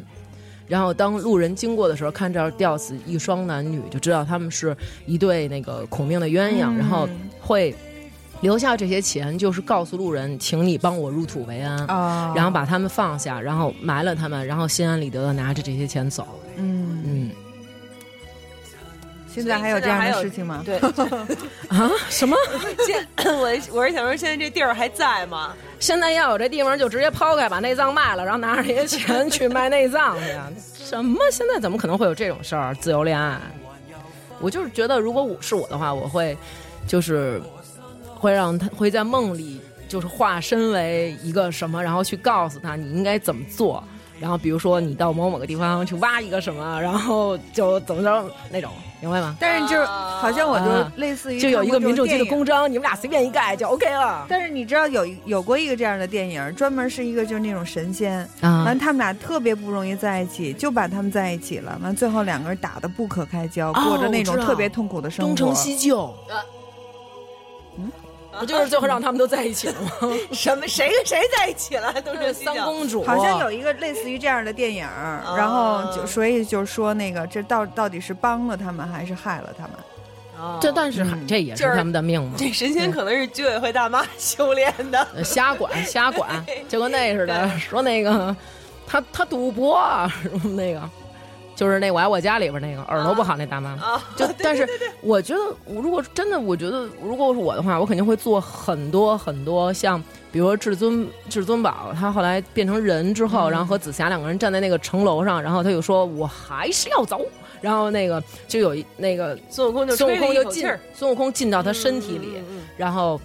H: 然后当路人经过的时候，看这吊死一双男女，就知道他们是一对那个孔命的鸳鸯，然后会留下这些钱，就是告诉路人，请你帮我入土为安，
J: 啊
H: 然后把他们放下，然后埋了他们，然后心安理得的拿着这些钱走。
J: 嗯，
H: 嗯，
J: 现啊在还有这样的事情吗？
G: 对，
H: 啊什么？
G: 现我我是想说，现在这地儿还在吗？
H: 现在要有这地方，就直接抛开，把内脏卖了，然后拿着这些钱去卖内脏去。啊什么？现在怎么可能会有这种事儿？自由恋爱？我就是觉得，如果我是我的话，我会就是会让他会在梦里就是化身为一个什么，然后去告诉他你应该怎么做。然后比如说你到某某个地方去挖一个什么，然后就怎么着那种，明白吗？
J: 但是就是好像我
H: 啊
J: 就类似于
H: 就有一个
J: 看过
H: 民
J: 这种
H: 政局的
J: 电影
H: 公章，你们俩随便一盖就 OK 了。
J: 但是你知道有一有过一个这样的电影，专门是一个就是那种神仙，
H: 啊
J: 完他们俩特别不容易在一起，就把他们在一起了，完最后两个人打得不可开交，
H: 哦
J: 过着那种
H: 我知道
J: 特别痛苦的生活。
H: 东成西就。不就是最后让他们都在一起 了吗？
G: 什么谁跟谁在一起了？都
H: 这
G: 是
H: 三公主
J: 好像有一个类似于这样的电影，然后就所以就说那个这到到底是帮了他们还是害了他们？
G: 啊
H: 这，但是还
J: 嗯
H: 这也是
G: 就是
H: 他们的命嘛。
G: 这神仙可能是居委会大妈修炼的。
H: 呃瞎管瞎管，就跟那似的，说那个他他赌博 啊什么那个，就是那我爱我家里边那个耳朵不好那大妈。
G: 啊，
H: 就但是我觉得，我如果真的，我觉得如果是我的话，我肯定会做很多很多像。比如说至尊至尊宝，他后来变成人之
G: 嗯
H: 后，然后和紫霞两个人站在那个城楼上，然后他就说：“我还是要走。”然后那个就有一那个
G: 孙悟空就嗯
H: 孙
G: 吹
H: 悟空
G: 了一
H: 就
G: 口气
H: 进
G: 儿
H: 孙悟空进到他身体里，然后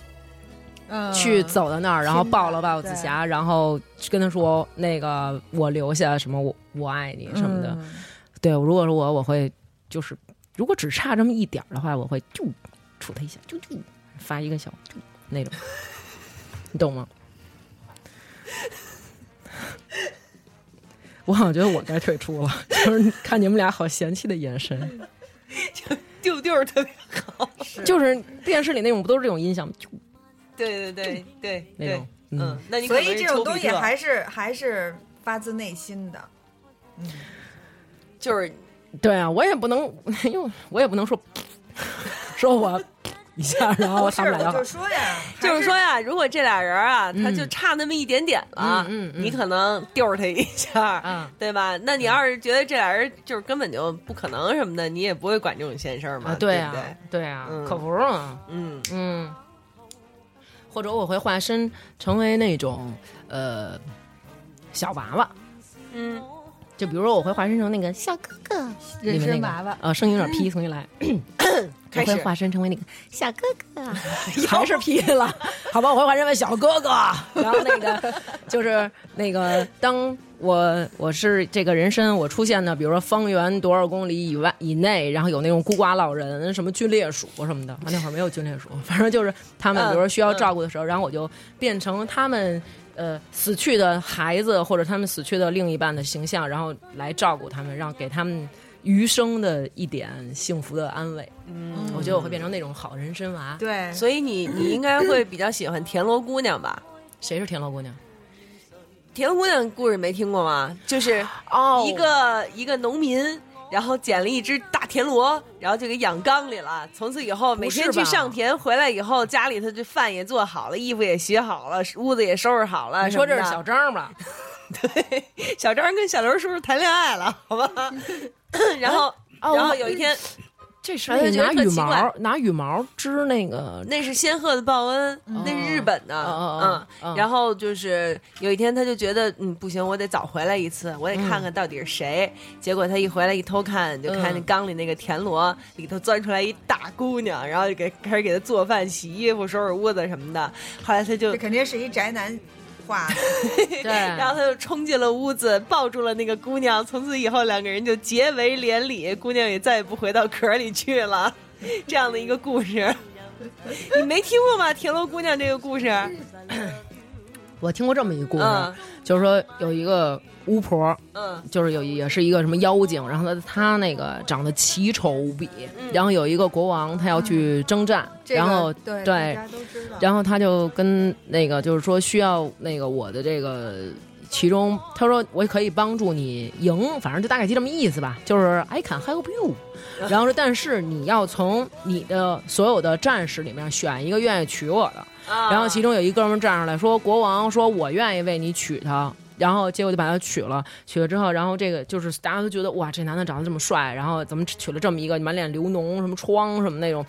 J: 嗯
H: 去走到那儿，然后
J: 心
H: 抱
J: 软
H: 了抱
J: 对
H: 紫霞，然后跟她说那个我留下什么我我爱你什么的。
J: 嗯
H: 对，如果是我，我会就是如果只差这么一点儿的话，我会就杵他一下，就就发一个小就那种，你懂吗？ 我好像觉得我该退出了， 就是看你们俩好嫌弃的 眼神，
G: 丢丢儿特别好，
H: 就是电视里那种不都是这种音响吗？就
G: 对对对对
H: 那种
G: 对，，嗯，那你可
J: 所
G: 能
J: 以
G: 是
J: 这种
G: 丘比
J: 东西
G: 特
J: 还是还是发自内心的。
G: 就是
H: 对啊，我也不能， 因为我也不能说说我一下，然后
J: 不
H: 他
J: 是，
H: 们俩
J: 我
H: 要
J: 就说 呀，
G: 就
J: 还
G: 是
J: 是
G: 说呀，如果这俩人啊，
H: 嗯
G: 他就差那么一点点了，
H: 嗯嗯嗯
G: 你可能丢儿他一下，
H: 嗯
G: 对吧？那你要是觉得这俩人就是根本就不可能什么的，你也不会管这种闲事儿嘛，
H: 啊，
G: 对
H: 啊
G: 不对？，
H: 对啊
G: 嗯，
H: 可不是嘛。
G: 嗯，
H: 嗯，或者我会化身成为那种呃小娃娃，
G: 嗯，
H: 就比如说我会化身成那个小哥哥，你
E: 人
H: 们那
E: 参
H: 个
E: 娃娃，
H: 呃，声音有点劈，重新来，我
G: 开始
H: 会化身成为那个小哥哥， 还是劈 了，好吧，我会化身为小哥哥，然后那个就是那个当。我我是这个人参，我出现的，比如说方圆多少公里以外以内，然后有那种孤寡老人，什么军烈属什么的，啊那会儿没有军烈属，反正就是他们，
G: 嗯
H: 比如说需要照顾的时候，然后我就变成他们呃死去的孩子或者他们死去的另一半的形象，然后来照顾他们，让给他们余生的一点幸福的安慰。嗯，我觉得我会变成那种好人参娃。
J: 对，
G: 所以你你应该会比较喜欢田螺姑娘吧？
H: 谁是田螺姑娘？
G: 田螺姑娘故事没听过吗？就是
H: 哦
G: 一个一个农民，然后捡了一只大田螺，然后就给养缸里了。从此以后，每
H: 不是
G: 天去
H: 吧
G: 上田，回来以后家里头这饭也做好了，衣服也洗好了，屋子也收拾好了。
H: 你嗯说这是
G: 什
H: 小
G: 么
H: 张吧？
G: 的对 小张跟小刘叔叔谈恋爱了，好 吧？然后、
H: 哦
G: 然后有一天，
H: 这是
G: 哎
H: 那
G: 我觉得
H: 拿
G: 特
H: 羽
G: 奇
H: 毛
G: 怪
H: 拿羽毛织那个
G: 那是仙鹤的报恩，那是日本的，
H: 哦哦哦
G: 嗯，然后就是有一天他就觉得，嗯，不行，我得早回来一次，我得看看到底是谁。结果他一回来一偷看，就看见缸里那个田螺里头钻出来一大姑娘，然后就给开始给她做饭、洗衣服、收拾屋子什么的。后来他就
J: 这。肯定是一宅男 画的。
H: 对，
G: 然后他就冲进了屋子，抱住了那个姑娘。从此以后，两个人就结为连理，姑娘也再也不回到壳里去了。 这样的一个故事， 你没听过吗？田螺姑娘这个故事，
H: 我听过这么一故事，
G: 嗯
H: 就是说有一个巫婆，
G: 嗯
H: 就是有一也是一个什么妖精，然后她她那个长得奇丑无比，
G: 嗯
H: 然后有一个国王他要去征战，
J: 这个
H: 然后
J: 对
H: 对
J: 大家都知道。
H: 然后他就跟那个就是说需要那个我的这个。其中他说我可以帮助你赢，反正就大概就这么意思吧，就是 I can help you。然后说，但是你要从你的所有的战士里面选一个愿意娶我的，
G: 啊
H: 然后其中有一哥们儿站上来说：“国王说我愿意为你娶她。”然后结果就把他娶了，娶了之后，然后这个就是大家都觉得哇，这男的长得这么帅，然后怎么娶了这么一个满脸流脓、什么疮什么那种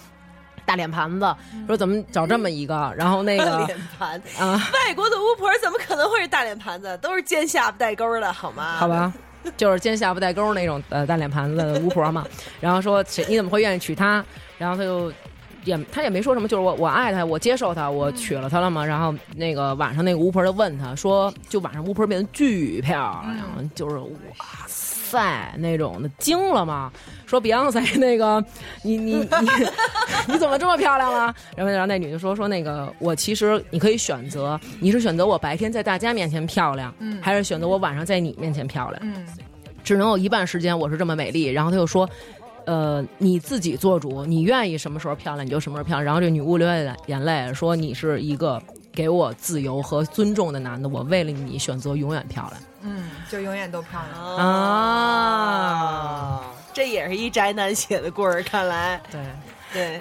H: 大脸盘子，说怎么找这么一个？然后那
G: 大
H: 个
G: 脸盘，
H: 啊，
G: 外国的巫婆怎么可能会是大脸盘子？都是尖下巴带钩的，好吗？
H: 好，吧，啊 就是尖下巴带钩那种呃大脸盘子的巫婆 嘛，然后说谁你怎么会愿意娶她？然后他就。也他也没说什么，就是我我爱他，我接受他，我娶了他了嘛。然后那个晚上那个巫婆就问他说，就晚上巫婆变得巨漂亮，就是哇塞那种的，惊了嘛。说比昂塞那个你你你 你怎么这么漂亮了？然后然后那女的说说那个我其实你可以选择，你是选择我白天在大家面前漂亮，还是选择我晚上在你面前漂亮？
J: 嗯，
H: 只能有一半时间我是这么美丽。然后他又说，呃，你自己做主，你愿意什么时候漂亮你就什么时候漂亮。然后这女巫流下眼泪，说你是一个给我自由和尊重的男的，我为了你选择永远漂亮。
J: 嗯，就永远都漂
H: 哦
J: 亮。
G: 哦
H: 啊，
G: 这也是一宅男写的故事，看来
H: 对，
G: 对。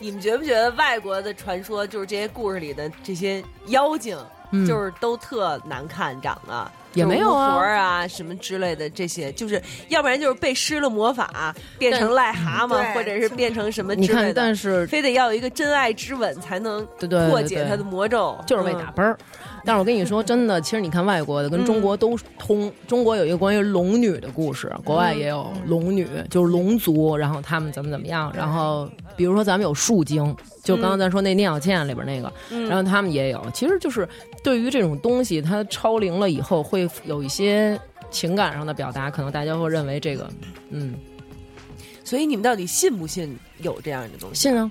G: 你们觉不觉得外国的传说就是这些故事里的这些妖精，
H: 嗯
G: 就是都特难看长得？
H: 也没有啊
G: 就是巫婆啊，什么之类的，这些就是要不然就是被施了魔法，变成癞蛤蟆，
J: 对
G: 或者是变成什么
H: 你
G: 之
H: 看
G: 类，的
H: 但，是
G: 非得要有一个真爱之吻才能
H: 对对对
G: 破解
H: 对
G: 他的魔咒，
H: 就是为
G: 嗯
H: 打啵儿。但是我跟你说，真的，其实你看外国的跟中国都通。中国有一个关于龙嗯女的故事，国外也有龙女，就是龙族，然后他们怎么怎么样，然后比如说咱们有树精，就刚刚咱说那聂小倩里边那个，然后他们也有。其实就是对于这种东西，它超龄了以后，会有一些情感上的表达，可能大家会认为这个，嗯，
G: 所以你们到底信不信有这样的东西？
H: 信啊，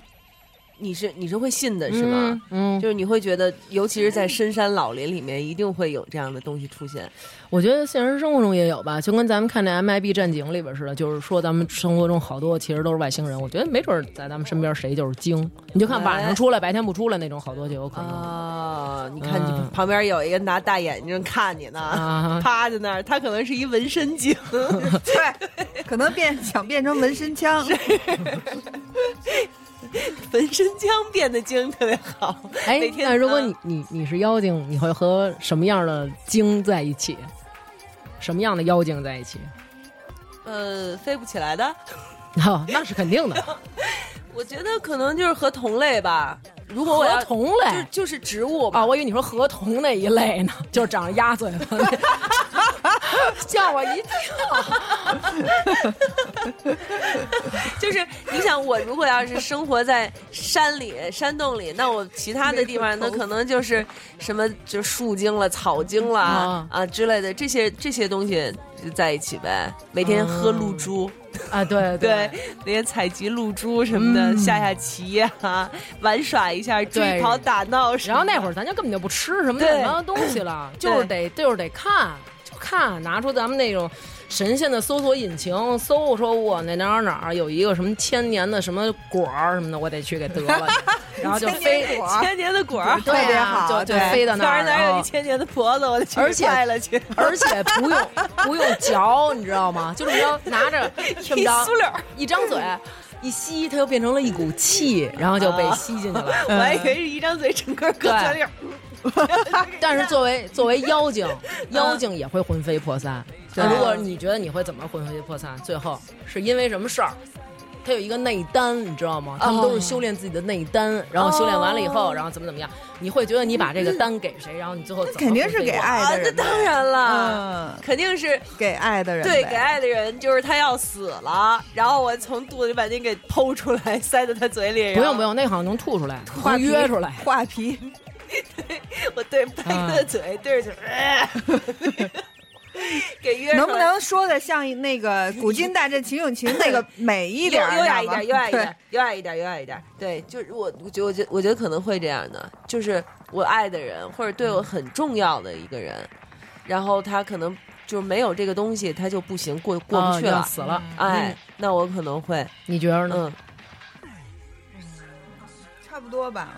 G: 你是你是会信的是吗？
H: 嗯，
G: 就是你会觉得，尤其是在深山老林里面，一定会有这样的东西出现。
H: 我觉得现实生活中也有吧，就跟咱们看那《MIB 战警》里边似的，就是说咱们生活中好多其实都是外星人。我觉得没准儿在咱们身边谁就是精，你就看晚上出来，白天不出来那种，好多就有可能。
G: 哦，你看你
H: 嗯
G: 旁边有一个拿大眼睛看你呢，
H: 啊，
G: 趴在那儿，他可能是一纹身 精。
J: 对， 可能变想变成纹身枪，
G: 纹身枪变得精特别好。
H: 哎
G: 哪，天呃啊
H: 那如果你你你是妖精，你会和什么样的精在一起？什么样的妖精在一起？
G: 呃，飞不起来的，
H: 哈、哦那是肯定的，
G: 我觉得可能就是和同类吧。如 果我要
H: 合同
G: 就
H: 类
G: 就是植物吧。
H: 啊，我以为你说合同那一类呢，就是长着鸭嘴 巴 那，吓我一跳。
G: 就是你想，我如果要是生活在山里、山洞里，那我其他的地方，那可能就是什么，就树精了、草精了啊
H: 啊
G: 之类的这些这些东西就在一起呗。每天喝露珠，
H: 啊，嗯对
G: 对，那些采集露珠什么的，
H: 嗯
G: 下下棋呀、玩耍一下，追
H: 对
G: 跑打闹什么的。
H: 然后那会儿咱就根本就不吃什么
G: 对
H: 乱七八糟东西了，就是得就是得看，就看拿出咱们那种神仙的搜索引擎搜，说我那哪儿哪儿有一个什么千年的什么果儿什么的，我得去给得 了，然后就飞。
G: 千年的果儿，
H: 对
J: 特别
H: 啊，
J: 好
H: 就就
J: 对
H: 飞到那
G: 哪
H: 儿，
G: 儿哪儿
H: 然
G: 有
H: 后
G: 一千年的婆子，我得去
H: 而且
G: 拜了去。
H: 而且不用不用嚼，你知道吗？就这么着拿着这 么
G: 一
H: 着
G: 酥溜儿，
H: 一张嘴一吸，它又变成了一股气，然后就被
G: 啊
H: 吸进去了。
G: 我还以为是一张嘴，整个搁
H: 嗯对
G: 嘴里。
H: 但是 作为作为妖精，
J: 嗯
H: 妖精也会魂飞魄散。那如果你觉得你会怎么魂飞魄散，最后是因为什么事儿？他有一个内丹，你知道
J: 哦
H: 吗？他们都是修炼自己的内丹，然后修炼完了以后，然后怎么怎么样？你会觉得你把这个丹给谁，然后你最后怎么
J: 肯定是给
G: 啊
J: 爱的，
G: 这
J: 人呗，
G: 当然了，
J: 嗯，
G: 肯定是
J: 给爱的人呗，
G: 对给爱的人，就是他要死了，然后我从肚子里把那给剖出来，塞到他嘴里。
H: 不用不
G: 用，
H: 用，那好像能吐出来，
J: 画
H: 能
J: 皮
H: 约出来。
J: 画皮，
G: 我对拍他的嘴，对着嘴，哎给约出来
J: 能不能说的像那个《古今大战秦俑情》那个美一点儿，
G: 优雅一
J: 知道吗
G: 点，优雅一
J: 对
G: 点，优雅一点，优雅一点。对，就是我，我觉得，我觉得，我觉得可能会这样的，就是我爱的人或者对我很重要的一个人，然后他可能就是没有这个东西，他就不行，过过
H: 啊
G: 不去
H: 要
G: 了。
H: 死了，
G: 哎，那我可能会，
H: 你觉得呢？
G: 嗯，
J: 差不多吧。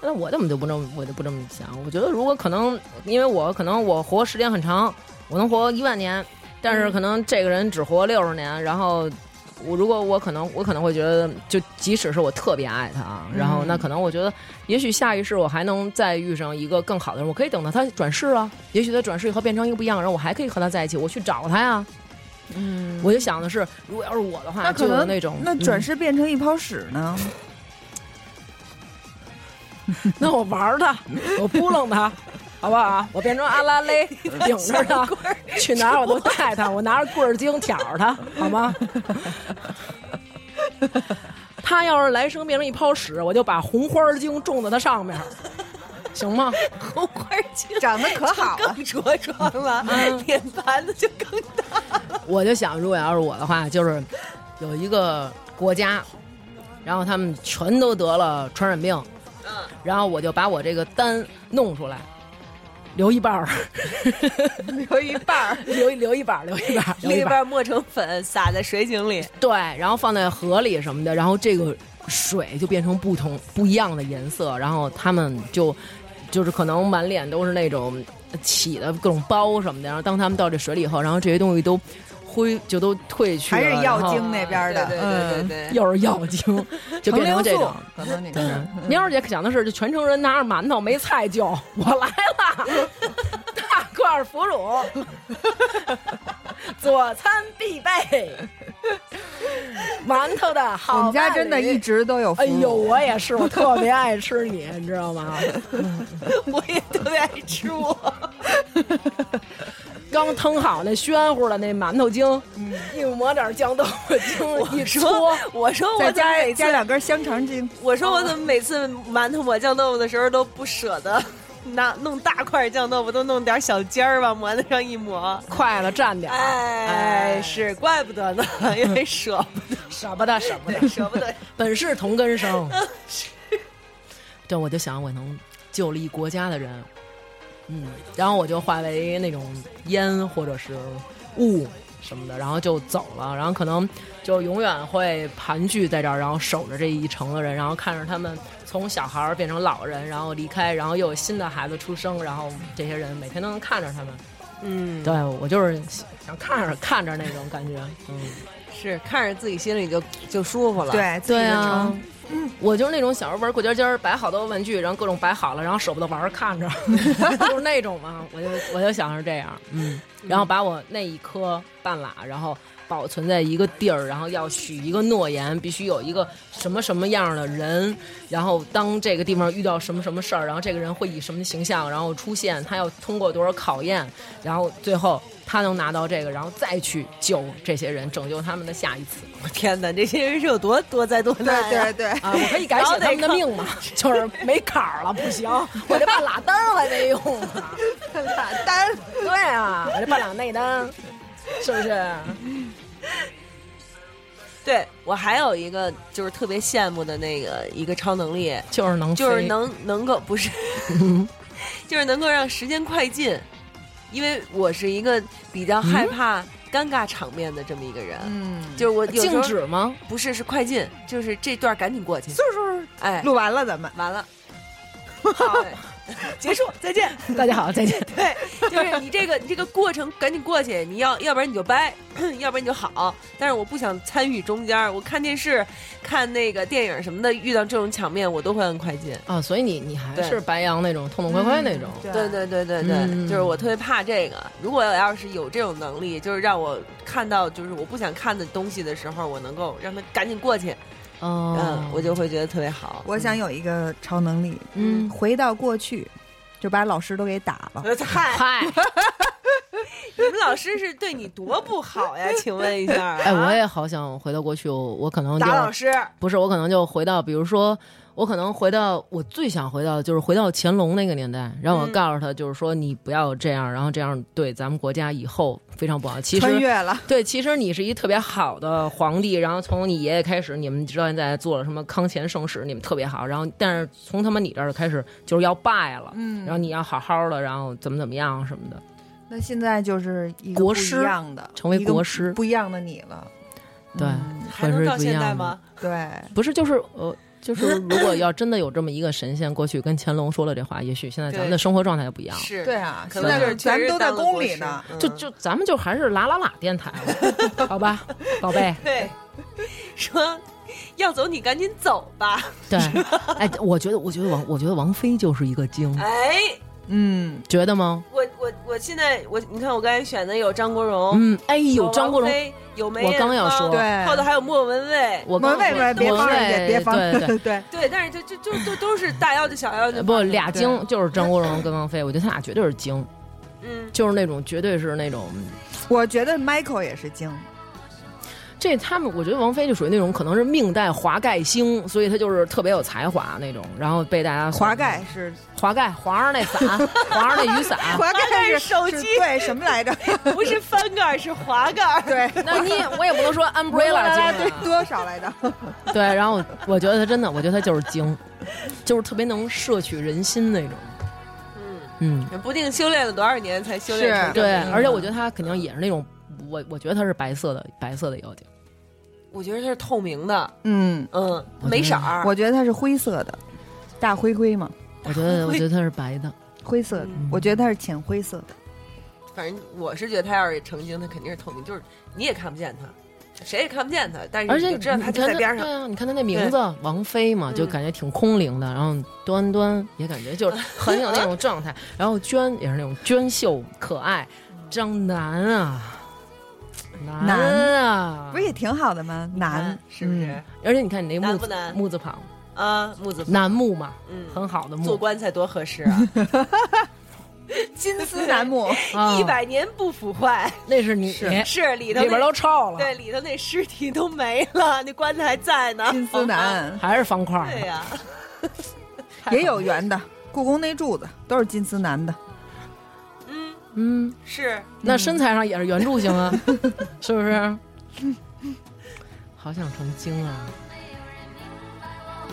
H: 那我怎么就不这么，我就不这么想？我觉得如果可能，因为我可能我活时间很长，我能活一万年，但
J: 嗯
H: 是可能这个人只活六十年，然后。我如果我可能，我可能会觉得，就即使是我特别爱他啊，然
J: 嗯
H: 后那可能我觉得，也许下一世我还能再遇上一个更好的人，我可以等到他转世啊，也许他转世以后变成一个不一样的人，我还可以和他在一起，我去找他呀。嗯，我就想的是，如果要是我的话，
J: 那可
H: 啊就有
J: 能
H: 那种
J: 那转
H: 嗯
J: 世变成一泡屎呢？
H: 那我玩儿他，我扑棱他，好不好？我变成阿拉蕾，顶着他，去哪儿我都带他，我拿着棍儿精挑着他，好吗？ 他要是来生变成一泡屎，我就把红花精种在他上面，行吗？
G: 红花精
J: 长得可好啊了，
G: 更 茁壮了，脸盘子就更大。
H: 我就想，如果要是我的话，就是有一个国家，然后他们全都得了传染病，然后我就把我这个单弄出来，留一半 儿，
J: 留一半 儿。
H: 留一留一半儿，留一半儿，留
G: 另一
H: 半儿，
G: 半磨成粉，撒在水井里，
H: 对，然后放在河里什么的，然后这个水就变成不同不一样的颜色，然后他们就就是可能满脸都是那种起的各种包什么的，然后当他们到这水里以后，然后这些东西都灰就都褪去了，
J: 还是
H: 然
J: 药
H: 后
J: 精那边儿
G: 对
J: 的，
G: 对
J: 嗯
G: 对对对，
H: 又是药精，就
J: 程
H: 变
J: 流
H: 成这
J: 素
H: 种。，
J: 可能你
H: 对
J: 是，
H: 喵姐想的是，就全城人拿着馒头没菜就我来了，大块腐乳，佐餐必备，馒头的好
J: 我
H: 伴
J: 们
H: 侣。
J: 家真的一直都有腐
H: 哎呦，
J: 乳。
H: 我也是，我特别爱吃你，你 知道吗？
G: 我也特别爱吃我。
H: 刚腾好那暄乎的那馒头精，一抹点酱豆腐精一搓，
G: 我嗯说我
J: 再
G: 怎么
J: 加
G: 每
J: 加
G: 次，
J: 两根香肠精，
G: 我说我怎么每次馒头抹酱豆腐的时候都不舍得。 拿弄大块酱豆腐都弄点小尖儿吧，往子上一抹，
H: 筷子蘸点儿，
G: 哎，是怪不 得呢，因为舍
H: 舍不得舍不
G: 不
H: 得
G: 得，舍不得。
H: 本是同根 生。对，我就想我能救了一国家的人，嗯，然后我就化为那种烟或者是雾什么的，然后就走了，然后可能就永远会盘踞在这儿，然后守着这一城的人，然后看着他们从小孩儿变成老人，然后离开，然后又有新的孩子出生，然后这些人每天都能看着他们。
G: 嗯，
H: 对我就是想看着看着那种感觉，嗯。
G: 是看着自己心里就就舒服了。，
J: 对自己
H: 对
J: 的
H: 啊
J: 城，
H: 我就是那种小时候玩过家家，摆好多玩具，然后各种摆好了，然后舍不得玩儿看着，就是那种嘛。我就我就想是这样，嗯，然后把我那一颗半拉，然后保存在一个地儿，然后要许一个诺言，必须有一个什么什么样的人，然后当这个地方遇到什么什么事儿，然后这个人会以什么形象然后出现，他要通过多少考验，然后最后他能拿到这个，然后再去救这些人，拯救他们的下一次。
G: 我天哪，这些人是有多多灾多难、啊？
J: 对对对，
H: 啊，我可以改写他们的命嘛，就是没坎儿了，不 行，我这半拉单儿还没用呢。
J: 打单
H: 对啊，我这半拉内单，是不是？
G: 对我还有一个就是特别羡慕的那个一个超能力，
H: 就是能，
G: 就是，能能够 不是，就是能够让时间快进，因为我是一个比较害怕尴尬场面的这么一个人，
J: 嗯，
G: 就是我有时
H: 静
G: 候
H: 止吗？
G: 不是是快进，就是这段赶紧过去，
J: 就是
G: 哎，
J: 录完了咱们，
G: 完了，好 结束，再见。
H: 大家好，再见。
G: 对，就是你这个你这个过程赶紧过去，你要要不然你就掰，要不然你就好。但是我不想参与中间儿，我看电视、看那个电影什么的，遇到这种场面我都会按快进。
H: 啊，所以你你还
G: 对嗯
H: 是白羊那种痛痛快快那种，
G: 对对对对对，
H: 嗯
G: 就是我特别怕这个。如果我要是有这种能力，就是让我看到就是我不想看的东西的时候，我能够让它赶紧过去，
H: 哦
G: 嗯，我就会觉得特别好。
J: 我想有一个超能力，
H: 嗯，
J: 回到过去，就把老师都给打了。
G: 我说 嗨，
H: 嗨，
G: 你们老师是对你多不好呀？ 请问一下啊，
H: 哎，我也好想回到过去，我我可能就
G: 打老师，
H: 不是，我可能就回到，比如说，我可能回到我最想回到的就是回到乾隆那个年代，然后我
G: 嗯
H: 告诉他，就是说你不要这样，然后这样对咱们国家以后非常不好。其
J: 穿
H: 实
J: 越了，
H: 对，其实你是一特别好的皇帝，然后从你爷爷开始，你们知道现在做了什么康乾盛世，你们特别好，然后但是从他妈你这儿开始就是要败了，
J: 嗯
H: 然后你要好好的，然后怎么怎么样什么的，
J: 那现在就是一个
H: 国
J: 不一
H: 师
J: 样的，
H: 成为
J: 一个
H: 国师
J: 不一样的你了。
H: 对，
J: 嗯
G: 还能
H: 会是
G: 到
H: 不一
G: 现在
H: 样的
G: 吗？
J: 对，啊
H: 不是，就是呃， 就是如果要真的有这么一个神仙过去跟乾隆说了这话，也许现在咱们的生活状态就不一样了。
G: 是
J: 对啊，
G: 可
J: 现在
G: 能就是
J: 咱
G: 确
J: 们
G: 实
J: 都在
G: 当了
J: 宫
G: 国
J: 里
G: 师
J: 呢。
G: 嗯
H: 就就咱们就还是啦啦啦电台了，好吧，宝贝。
G: 对，说要走你赶紧走吧。
H: 对，哎，我觉得，我觉得王，我觉得王菲就是一个精，
G: 哎，
J: 嗯，
H: 觉得吗？
G: 我我我现在我你看我刚才选的有张国荣，
H: 嗯，哎，有张国荣
G: 王，菲，有梅
H: 我
G: 艳
H: 刚要
G: 芳
H: 说
J: 对
G: 后头还有莫文蔚。
H: 我
J: 门
H: 刚
J: 卫们别
H: 我
J: 帮人家，别帮
H: 对对
J: 人 对，
G: 对，但是就就就就都是大妖精小妖精，
H: 对，呃不俩精就是张国荣跟王菲，我觉得他俩绝对是精，
G: 嗯，
H: 就是那种绝对是那种，
J: 我觉得 Michael 也是精，
H: 这他们我觉得王菲就属于那种可能是命带华盖星，所以她就是特别有才华那种，然后被大家所
J: 华盖是
H: 华盖皇上那伞，皇上那雨伞，
J: 华盖是
G: 手
J: 是
G: 机
J: 对什么来着？
G: 不是翻盖儿是滑盖儿。
J: 对，
H: 那你也我也 不能说 umbrella 精啊、
J: 对多少来着？
H: 对，然后我我觉得他真的，我觉得他就是精，就是特别能摄取人心那种。嗯
G: 不定修炼了多少年才修炼
J: 是
G: 成这
H: 对
G: 样，
H: 而且我觉得他肯定也是那种，我我觉得他是白色的，白色的妖精，
G: 我觉得它是透明的，
J: 嗯，
G: 嗯，
H: 我
G: 没
H: 觉
G: 色
H: 得
G: 儿。
J: 我觉得它是灰色的，大灰灰嘛，
H: 我 觉得我觉得他是白的，
J: 灰色的
H: 嗯，
J: 我觉得它是浅灰色的。
G: 反正我是觉得他要是成精，他肯定是透明，就是你也看不见他，谁也看不见他，但是
H: 而
G: 你
H: 且
G: 就知道
H: 你
G: 他
H: 看
G: 就在
H: 他
G: 边上嗯
H: 对。啊，你看他那名字王菲嘛，就感觉挺空灵的，然后端端也感觉就是很有那种状态，然后娟也是那种娟秀可爱，张楠啊，楠啊，
J: 不是也挺好的吗？男
G: 嗯是不是？
H: 而且你看你那
G: 难
H: 木
G: 不
H: 字
G: 难
H: 木字旁，
G: 啊？木子
H: 楠木嘛，
G: 嗯
H: 很好的木，
G: 做棺材多合适啊！
J: 金丝楠 木，
H: 啊
G: 一百年不腐坏，
H: 那是你
G: 是里头
H: 哎里边
G: 那
H: 都臭了，
G: 对，里头那尸体都没了，那棺材还在呢。
J: 金丝楠
H: 还是方块儿
G: 对呀、
J: 也有圆的，故宫那柱子都是金丝楠的。
G: 嗯，
H: 嗯，
G: 是
H: 那身材上也是圆柱 形啊，是不是？好想成精啊！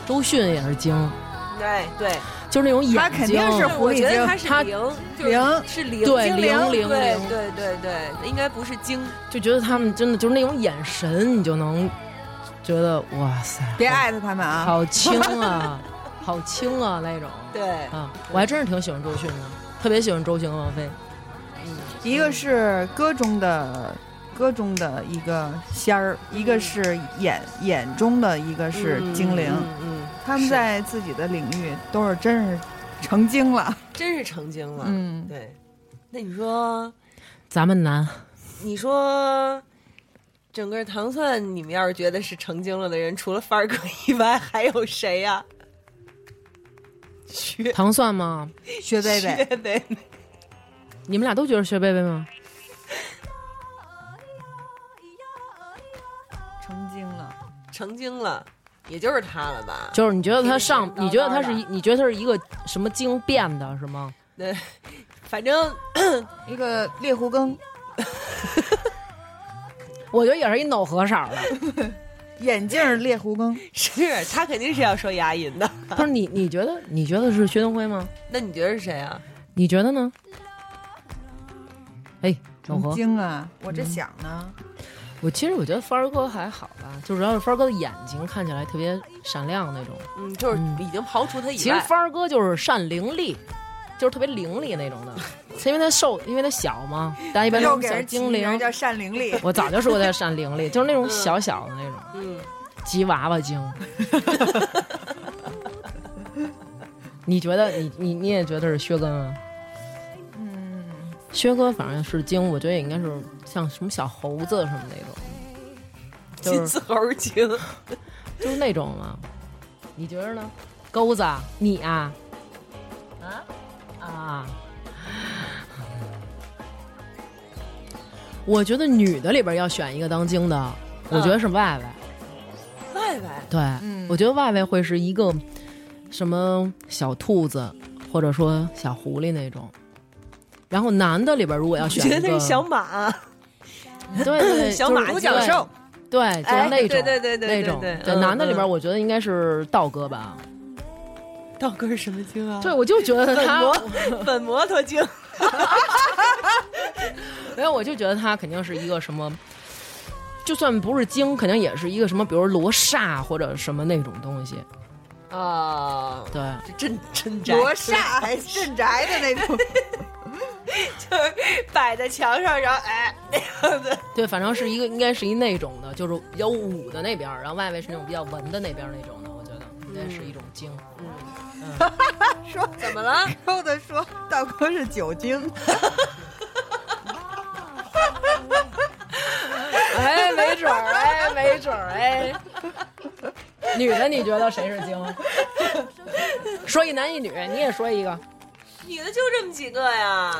H: 周迅也是精，
G: 对哎对，
H: 就是那种眼睛，
J: 他肯定是狐
G: 我
J: 狸
G: 觉得
J: 精，
G: 它是
H: 它
G: 零，就是
J: 灵
G: 是零，
H: 对
G: 精
H: 零零
G: 对
H: 零
G: 对对对，应该不是精，
H: 就觉得他们真的就是那种眼神，你就能觉得哇塞，
J: 别艾特他们啊！
H: 好轻 啊，好轻啊那种。
G: 对，
H: 啊，我还真是挺喜欢周迅的，特别喜欢周迅和王菲。
J: 一个是歌中的歌中的一个仙儿，一个是眼眼中的一个是精灵，
G: 嗯嗯嗯
J: 他们在自己的领域都是真是成精了。
G: 真是成精了。
J: 嗯，
G: 对，那你说，
H: 咱们男
G: 你说。整个糖蒜，你们要是觉得是成精了的人，除了范儿哥以外，还有谁呀、 薛
H: 糖蒜吗？
J: 薛贝贝，
G: 薛贝贝，
H: 你们俩都觉得薛贝贝吗？
J: 成精了，
G: 成精了，也就是他了吧？
H: 就是你觉得他上，
G: 挺
H: 你觉得他
G: 挺
H: 是
G: 高
H: 一，你觉得他是一个什么精变的，是吗？
G: 反正
J: 一个猎狐更，
H: 我觉得也是一脑壳色儿的。
J: 眼镜儿猎狐更，
G: 是他肯定是要说牙龈的。
H: 不是你，你觉得你觉得是薛东辉吗？
G: 那你觉得是谁啊？
H: 你觉得呢？哎，老
J: 成
H: 何，
J: 精啊！我这想呢，
H: 我其实我觉得帆儿哥还好吧，就主要是帆儿哥的眼睛看起来特别闪亮那种。
G: 嗯，就是已经刨除他以
H: 其实
G: 外，
H: 帆儿哥就是善伶俐，就是特别伶俐那种 的，是因为他瘦，因为他小嘛，大家一般
J: 又
H: 都
J: 给
H: 嗯小
J: 人起
H: 精
J: 名
H: 灵。
J: 叫单灵力，
H: 我早就说他善伶俐，就是那种小小的那种
G: 嗯，
H: 吉娃娃精。你觉得你你你也觉得是薛哥吗？
J: 嗯，
H: 薛哥反正是精，我觉得也应该是像什么小猴子什么那种，
G: 金
H: 就是
G: 丝猴精，
H: 就是那种嘛。你觉得呢？钩子，你啊，啊啊！我觉得女的里边要选一个当精的，我
G: 嗯
H: 觉得是外外。
G: 外外
H: 对，
J: 嗯
H: 我觉得外外会是一个什么小兔子，或者说小狐狸那种。然后男的里边如果要
G: 我
H: 选
G: 觉得
H: 一个，
G: 那是小马，啊
H: 对对，
G: 小
H: 就是
G: 马啊
H: 对
G: 角兽，哎
H: 对，就是那种，
G: 对对对对对
H: 那种。
G: 对
H: 对，
G: 嗯
H: 男的里边，
G: 嗯
H: 我觉得应该是道哥吧。
G: 道哥是什么精啊？
H: 对，我就觉得
G: 粉
H: 他，
G: 摩 粉摩托精，
H: 没有，我就觉得他肯定是一个什么，就算不是精，肯定也是一个什么，比如罗刹或者什么那种东西。
G: 啊，
H: 对，
G: 这真真宅，
J: 罗刹还镇宅的那种，
G: 摆在墙上，然后哎那样子，
H: 对，反正是一个应该是一那种的，就是比较武的那边儿，然后外围是那种比较文的那边儿那种的，我觉得应该是一种精。
G: 说怎么 了？
J: 偷的说道哥是酒精，
H: 哎，没准儿，哎，没准儿，哎。女的，你觉得谁是精？ 说一男一女，你也说一个。
G: 女的就这么几个呀？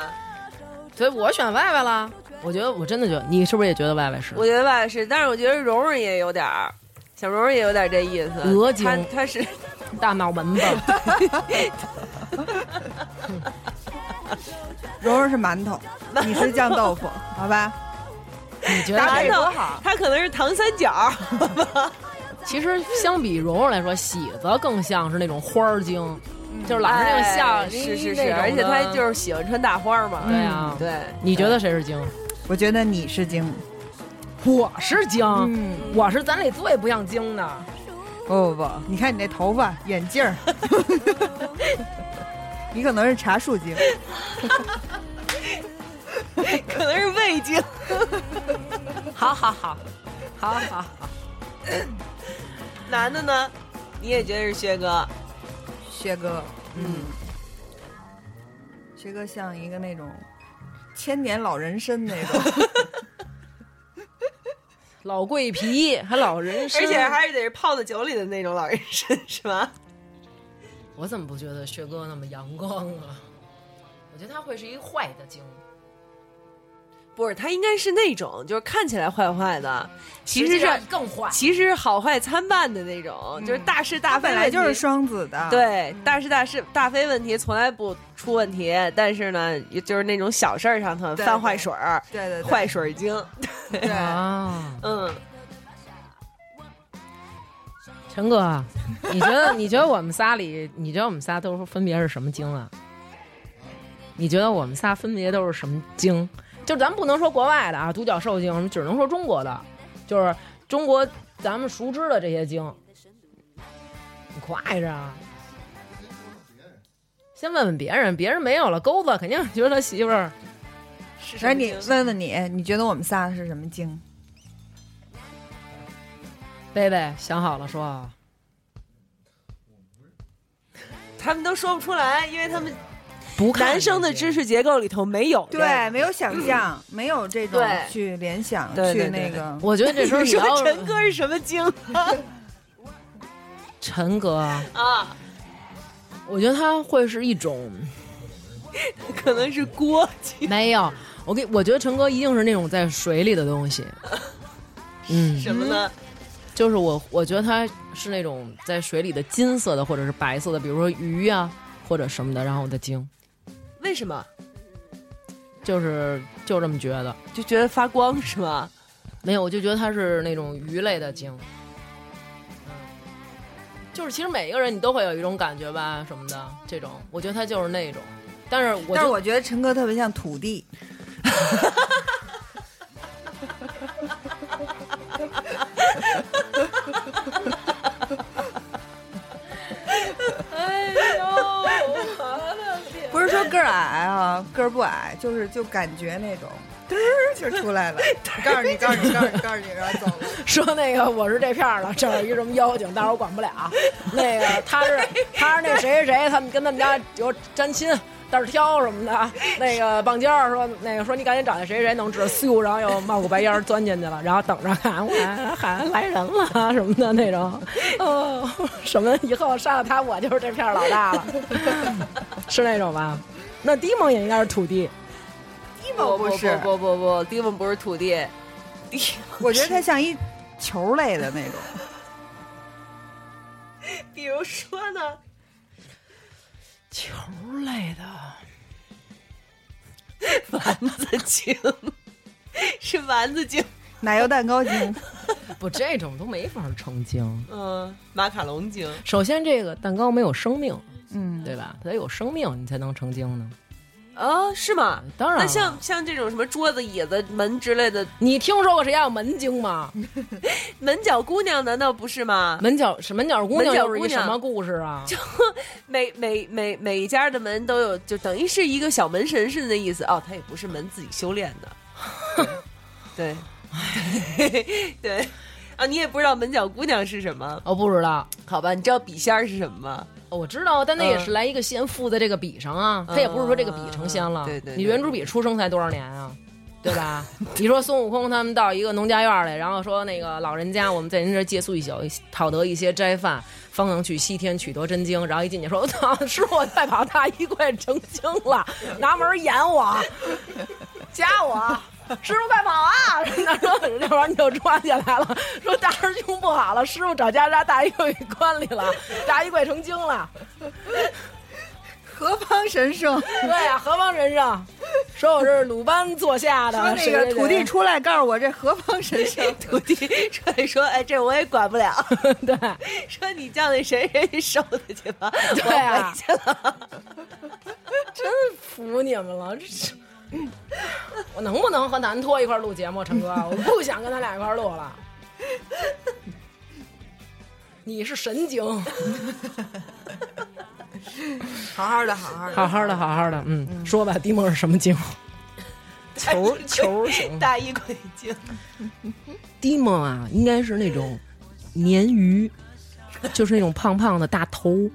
H: 所以我选外外啦。我觉得我真的觉得，你是不是也觉得外外是？
G: 我觉得外是，但是我觉得蓉蓉也有点儿，小蓉蓉也有点儿这意思，
H: 鹅精
G: 她她 是
H: 大脑门子，
J: 蓉蓉是馒头，你是酱豆腐，好吧？
H: 你觉得
G: 馒
H: 谁？
G: 头，他可能是糖三角，
H: 其实相比蓉蓉来说，喜子更像是那种花儿精，就是老是那种像
G: 嗯哎是是是，
H: 那种的
G: 而且他就是喜欢穿大花嘛。嗯
H: 对啊。
G: 对，
H: 你觉得谁是精？
J: 我觉得你是精，
H: 我是精，
J: 嗯，
H: 我是咱里最不像精 的。
J: 不不不，你看你那头发、眼镜儿， 你可能是茶树精，
G: 可能是胃经？
H: 好好好，好好好。
G: 男的呢？你也觉得是薛哥？
J: 薛哥，嗯，薛哥像一个那种千年老人参那 种，
H: 老桂皮还老人参，
G: 而且还是啊得是泡在酒里的那种老人 参，是吧？
H: 我怎么不觉得薛哥那么阳光啊？我觉得他会是一个坏的精，
G: 不是，他应该是那种就是看起来坏坏的，其实嗯
H: 实际
G: 是
H: 上更坏。
G: 其实是好坏参半的那种，就是大是嗯大
F: 他
G: 非
F: 本
G: 问题，
F: 来就是双子的，，
G: 对，大是大是大非问题从来不出问题，但是呢，也就是那种小事儿上头
F: 对
G: 犯坏水儿，
F: 对对对
G: 坏水儿精，
F: 对，
H: 啊，
G: 嗯，
H: 陈哥，你觉得你觉得我们仨里，你觉得我们仨都是分别是什么精啊？你觉得我们仨分别都是什么精？就咱不能说国外的啊，独角兽精，我们只能说中国的，就是中国咱们熟知的这些精。你快着啊！先问问别人，别人没有了钩子，肯定觉得他媳妇儿
G: 是什
J: 来，
G: 么
J: 你
G: 精
J: 问问你，你觉得我们仨是什么精？
H: 贝贝想好了说啊，
G: 他们都说不出来，因为他们
H: 不看
G: 男生的
H: 这些
G: 知识结构里头没有的，
J: 对，没有想象，没有这种
G: 对
J: 去联想，
G: 对对
J: 去
G: 对
J: 那
G: 对
J: 个。
H: 我觉得这
G: 你
H: 时候
G: 说
H: 你要
G: 陈哥是什么精
H: 陈哥，
G: 啊？
H: 我觉得他会是一种
G: 可能是锅精，
H: 没有，我给我觉得陈哥一定是那种在水里的东西，嗯，
G: 什么呢？
H: 就是我我觉得他是那种在水里的金色的或者是白色的，比如说鱼啊或者什么的，然后我的精
G: 为什么
H: 就是就这么觉得，
G: 就觉得发光是吗？
H: 没有我就觉得他是那种鱼类的精，嗯，就是其实每一个人你都会有一种感觉吧什么的这种，我觉得他就是那种，但是我
J: 但是
H: 就
J: 我觉得陈哥特别像土地，
G: 哎呦，我的天！
J: 不是说个儿矮啊，个儿不矮，就是就感觉那种，嘚儿就出来了。告诉你，告诉你，告诉 你，告诉你，然后走了。
H: 说那个我是这片儿的，这儿有一什么妖精，但是我管不了。那个他 是他是那谁谁谁，他们跟他们家有沾亲，但是挑什么的。那个棒尖儿说那个说你赶紧找那谁谁能治，咻，然后又冒股白烟儿钻进去了，然后等着喊喊喊来人了什么的那种。哦，什么以后杀了他我就是这片儿老大了， 是那种吧？ 那迪蒙也应该是土地，
J: 一毛不是，
G: 不不不，迪蒙不是土地，迪
J: 我觉得他像一球类的那种。
G: 比如说呢，
H: 球类的。
G: 丸子精是丸子精，
J: 奶油蛋糕精，
H: 不，这种都没法儿成精。
G: 嗯，马卡龙精，
H: 首先，这个蛋糕没有生命，
J: 嗯，
H: 对吧？它得有生命，你才能成精呢。
G: 啊，是吗？
H: 当然
G: 那
H: 了
G: 像像这种什么桌子、椅子、门之类的，
H: 你听说过谁家有门精吗？
G: 嗯门角姑娘难道不是吗？
H: 门角是门角姑
G: 门
H: 娘
G: 角
H: 又是
G: 姑
H: 一
G: 娘
H: 什么故事啊？
G: 每每每每一家的门都有，就等于是一个小门神似的那意思哦，他也不是门自己修炼的， 对，对，对，啊，你也不知道门角姑娘是什么？
H: 我、哦不知道，
G: 好吧，你知道笔仙儿是什么吗？
H: 哦我知道，但那也
G: 嗯
H: 是来一个仙附在这个笔上啊，它也不是说这个笔成仙了。
G: 嗯对对对
H: 你圆珠笔出生才多少年啊？ 对吧？你说孙悟空他们到一个农家院儿来，然后说那个老人家，我们在您这儿借宿一宿，讨得一些斋饭，方能去西天取得真经。然后一进去说：“我 操，师傅，我快跑大衣柜成精了，拿门儿掩我，夹我。”师傅快跑啊！ 他说，要不然你就抓起来了。说大师兄不好了，师傅找家家大衣柜给关里了，大衣柜成精了。
J: 何方神圣？
H: 对呀、何方神圣？说我是鲁班座下的，
J: 说那个
H: 谁谁谁
J: 土地出来，告诉我这何方神圣？
G: 土地出来说：“哎，这我也管不了。
H: 对，
G: 说你叫那谁谁收他去吧，
H: 对
G: 我
H: 啊
G: 回去了。
H: 真服你们了。这是，我能不能和南托一块儿录节目，陈哥？我不想跟他俩一块儿录 了。你是神经，
J: 好好的，好好的，
H: 好好的，好好的，嗯，说吧，迪梦是什么精？ 球球行
G: 大衣柜精，
H: 迪梦啊，应该是那种鲶鱼，就是那种胖胖的大头，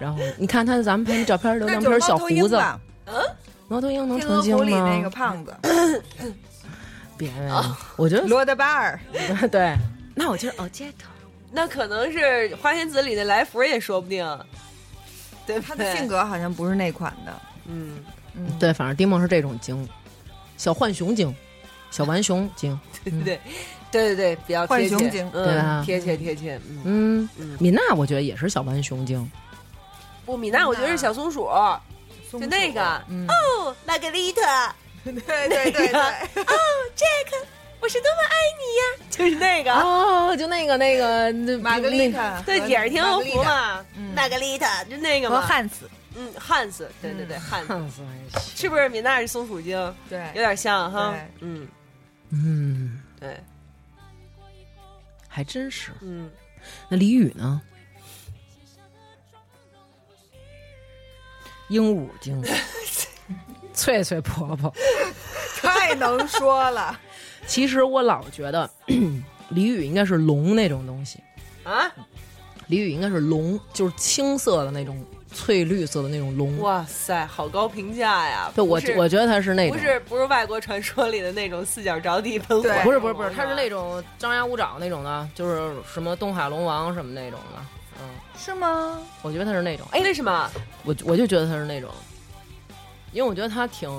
H: 然后你看他，咱们拍那照片留
J: 那
H: 两
J: 就是猫
H: 撇小
J: 头
H: 胡
J: 鹰
H: 子，
J: 吧，
H: 猫头鹰能
J: 天
H: 成
J: 鹅
H: 精
J: 湖
H: 吗？
J: 里那个胖子，
H: 别，我觉得
J: 罗德巴尔，
H: 对，
G: 那我就是 o j e 那可能是花仙子里的来福也说不定，对吧
J: 他的性格好像不是那款的，
G: 嗯，
J: 嗯，
H: 对，反正丁梦是这种精，小浣熊精，小浣熊精，
G: 对对对对对，比较贴
J: 浣熊
G: 切
J: 精，
H: 对啊
G: 嗯，贴切贴切，嗯。
H: 嗯
G: 嗯，
H: 米娜我觉得也是小浣熊精，
G: 不，米娜我觉得是小松鼠，就 那个
H: 嗯，
G: 哦，玛格丽特，对对对 对，哦，Jack，我是多么爱你呀，就是那个，
H: 哦，就那个那个那
J: 玛格丽特
G: 对，也是天鹅湖嘛
J: 嗯，
G: 玛格丽特就那个
J: 和
G: 嘛，
J: 汉 斯，
G: 嗯，汉斯，对对对，汉斯，
H: 汉斯还行，
G: 是不是米娜是松鼠精，
H: 哎
G: 有
J: 对，
G: 点像哈
J: 对，
G: 嗯，
H: 嗯，
G: 对，
H: 还真是。
G: 嗯，
H: 那李宇呢？鹦鹉 精，翠翠婆婆。
J: 太能说 了，
H: 其实我老觉得 李宇应该是龙那种东西，
G: 啊，
H: 嗯李宇应该是龙，就是青色的那种翠绿色的那种龙。
G: 哇塞，好高评价呀！
H: 对，我
G: 不是
H: 我觉得他是那种，
G: 不是不是外国传说里的那种四脚着地喷火，
J: 对
H: 不是不是不是，他是那种张牙舞爪那种的，就是什么东海龙王什么那种的。嗯，
J: 是吗？
H: 我觉得他是那种。
G: 哎，为什么？
H: 我我就觉得他是那种，因为我觉得他挺，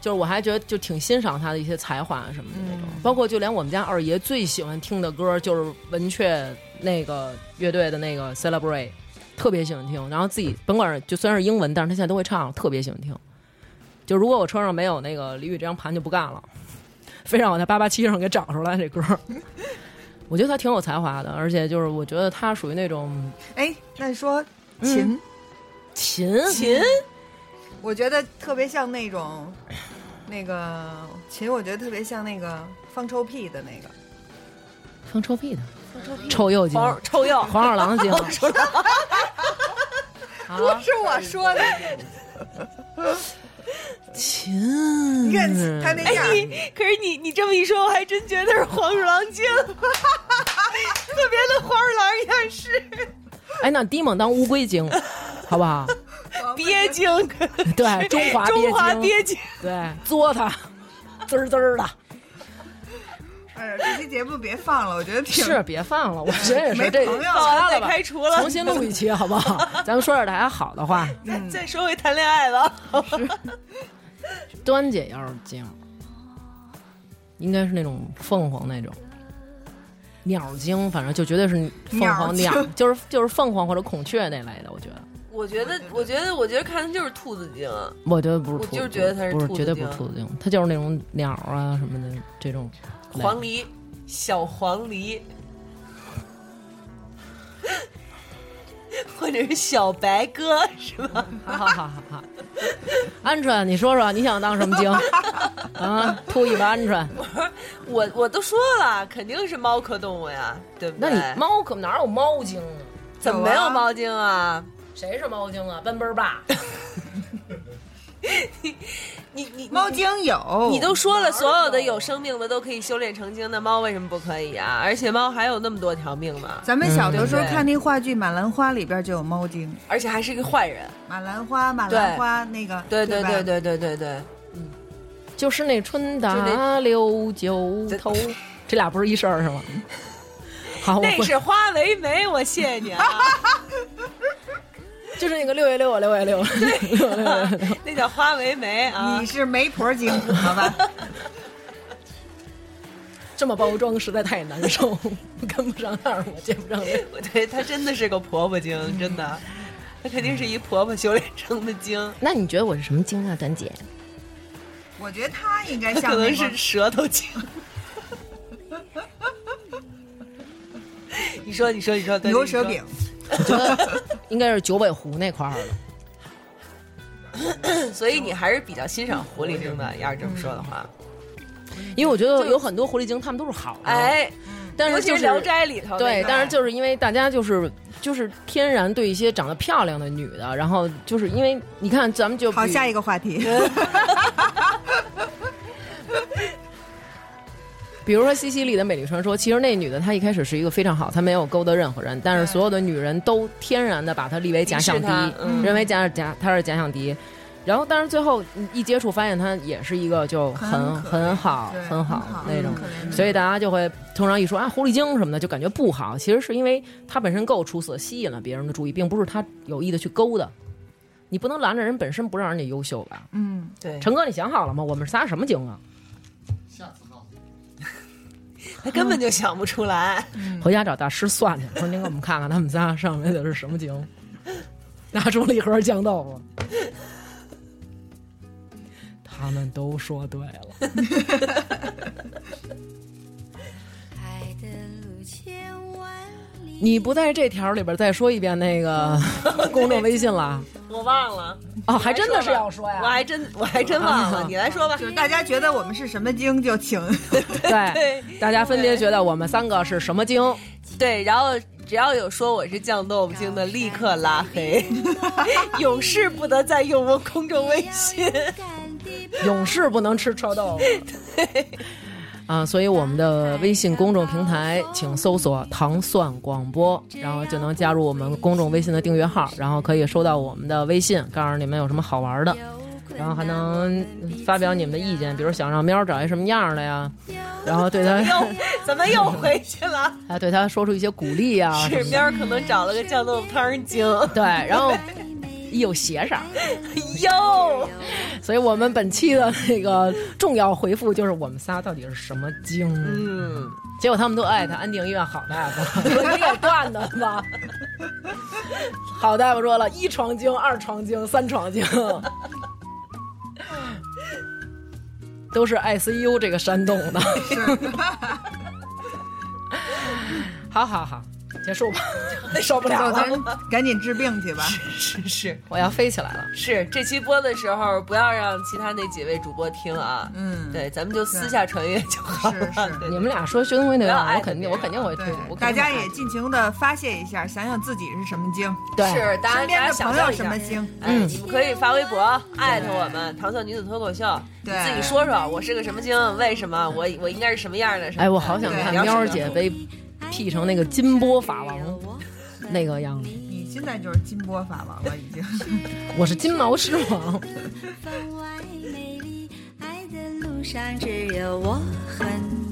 H: 就是我还觉得就挺欣赏他的一些才华什么的那种，
J: 嗯
H: 包括就连我们家二爷最喜欢听的歌就是文雀那个乐队的那个 Celebrate，特别喜欢听，然后自己甭管是就虽然是英文，但是他现在都会唱，特别喜欢听。就如果我车上没有那个李宇这张盘就不干了，非让我在八八七上给找出来这歌儿。 我觉得他挺有才华的，而且就是我觉得他属于那种
J: 哎，那说
G: 嗯
J: 琴，
H: 琴
G: 琴
J: 我觉得特别像那种，那个琴，我觉得特别像那个放臭屁的那个，
H: 放臭屁的，臭鼬精，
G: 黄臭鼬，
H: 黄二郎精，
J: 不是我说的，
G: 哎
H: 琴，
G: 嗯
J: 你看他那样，
G: 可是你你这么一说，我还真觉得是黄鼠狼精， 特别的黄鼠狼样式，
H: 哎，那迪蒙当乌龟 精，好不好？
G: 鳖精，
H: 对，中华
G: 中华
H: 鳖
G: 鳖精，
H: 对，作它，滋儿滋儿的，
J: 哎 呀，这期节目别放了，我觉得挺
H: 是别放了，我觉得也是
J: 没
H: 这
J: 朋友
G: 保
H: 掐
G: 安
H: 了
G: 被
H: 吧
G: 开除了
H: 重。新嗯录一期好不 好？咱们说点大家好的话，
G: 再再说回谈恋爱吧，
H: 端姐要是精，应该是那种凤凰那种。鸟精，反正就绝对是凤凰
J: 鸟
H: 鸟，就是就是凤凰或者孔雀那类的，我觉得，
G: 我觉得，我觉得，我觉得看他就是兔子精，
H: 我觉得不是
G: 我
H: 兔子精，
G: 就是觉得它是
H: 不是
G: 兔子
H: 绝对不是
G: 精
H: 兔子精，它就是那种鸟啊什么的这种类的
G: 黄鹂，小黄鹂， 或者是小白鸽，是吧？
H: 哈哈哈哈！鹌鹑，你说说你想当什么 精啊？秃尾巴鹌鹑，
G: 我我都说了，肯定是猫科动物呀，对不
H: 那
G: 对？
H: 你猫可哪有猫精啊？
G: 怎么没有猫精啊？
H: 谁是猫精啊？奔奔 儿爸，
G: 你你
J: 猫精有，
G: 你都说了，所有的有生命的都可以修炼成精，那猫为什么不可以啊？而且猫还有那么多条命呢，
J: 咱们小的时候
G: 嗯
J: 看那话剧《马兰花》里边就有猫精，
G: 而且还是一个坏人。
J: 马兰花，马兰花那个，
G: 对
J: 对
G: 对
J: 吧
G: 对，对对对对，
H: 就是那春
G: 就
H: 打
G: 那
H: 六九头，这俩不是一事儿是吗？好，我
G: 那
H: 会
G: 是花为媒，我谢谢你 啊，
H: 就是那个六月六啊，六月六，啊
G: 那叫花为媒啊
J: 你。是媒婆精，好吧？
H: 这么包装实在太难受， 跟不上趟儿，我接不 上溜。
G: 对，她真的是个婆婆精，真的，她肯定是一婆婆修炼成的精，
H: 那你觉得我是什么精啊，端姐？
J: 我觉得他应该
G: 可
J: 像
G: 能
J: 那
G: 是
J: 个，
G: 舌头精。 你说，你说，你说，对
J: 牛舌饼，，
H: 应该是九尾狐那块儿的。
G: 你说所以你还是比较欣赏狐狸精的。要是这么说的话，
H: 因为我觉得有很多狐狸精，他们都是好的，，
G: 哎，
H: 但
G: 尤
H: 是
G: 其
H: 就是
G: 《聊斋》里头那个，
H: 对，但是就是因为大家就是就是天然对一些长得漂亮的女的，然后就是因为你看咱们就
J: 好，下一
H: 个
J: 个话题，
H: 比如说西西里的美丽传说，其实那女的她一开始是一个非常好，她没有勾搭任何人，但是所有的女人都天然的把她立为假想敌
G: 敌视她，嗯
H: 认为假假她是假想敌。然后，但是最后一接触，发现她也是一个就很
J: 很可
H: 很好
J: 对
H: 很
J: 好嗯
H: 好那种，
J: 可怜的
H: 所以大家就会通常一说啊狐狸精什么的，就感觉不好。其实是因为她本身够出色，吸引了别人的注意，并不是她有意的去勾搭。你不能拦着人本身不让人家优秀吧？
J: 嗯，
G: 对，
H: 陈哥，你想好了吗？我们仨什么精啊？
G: 他根本就想不出来。
H: 回家找大师算去，我说您给我们看看他们仨上来的是什么精。拿出了一盒酱豆腐，他们都说对了。
E: 爱的路千万里。
H: 你不在这条里边再说一遍那个公众微信了？
G: 我忘了，
H: 哦，嗯还真的是要说
G: 我
H: 呀。
G: 还真我还真忘了，你来说吧。
J: 就是大家觉得我们是什么精，就 请
H: 对，大家分别觉得我们三个是什么精？
G: 对，然后只要有说我是酱豆腐精的，立刻拉黑， 永世不得再用我公众微信。
H: 勇士不能吃臭豆腐。啊，所以我们的微信公众平台，请搜索“糖蒜广播”，然后就能加入我们公众微信的订阅号，然后可以收到我们的微信，告诉你们有什么好玩的，然后还能发表你们的意见，比如想让喵找一什么样的呀，然后对 它，
G: 又怎么又回去了？
H: 还对它说出一些鼓励啊什
G: 是
H: 么
G: 喵
H: 的，
G: 儿可能找了个酱豆腐汤儿精。
H: 对，然后 一有鞋啥。
G: 哟，
H: 所以我们本期的那个重要回复就是我们仨到底是什么精？
G: 嗯，
H: 结果他们都艾特安定医院郝大夫， 说你有段子吗？郝大夫说了一床精、二床精、三床精，都是 ICU 这个山洞的。 好好好，结束吧，受不了
J: 走，
H: 了，
J: 咱赶紧治病去吧。
G: 是是
H: 我要飞起来了。
G: 是，这期播的时候不要让其他那几位主播听啊。
J: 嗯，
G: 对，咱们就私下传阅就好了。
J: 是是
G: 对
H: 你们俩说学东西那
G: 不要艾特
H: 个，我肯定，我肯定会退
J: 对，，
H: 我
J: 大
H: 肯定会
J: 家
H: 艾
J: 也
H: 特
J: 尽情的发泄一下，想想自己是什么精，
H: 对
G: 是，大家
J: 身边
G: 大家
J: 的
G: 想
J: 朋
G: 象
J: 友
G: 一下
J: 什么精。
G: 哎，你们可以发微博艾特我们“糖蒜女子脱口秀”，你
J: 对
G: 自己说说我是个什么精，为什么我我应该是什么样的？什么
H: 哎，我好想看
G: 对
H: 喵儿姐被 P 成那个金波法王那个样子，
J: 你现在就是金波法王了，已经。
H: 我是金毛狮王。
E: 分外美丽，爱的路上只有我和你。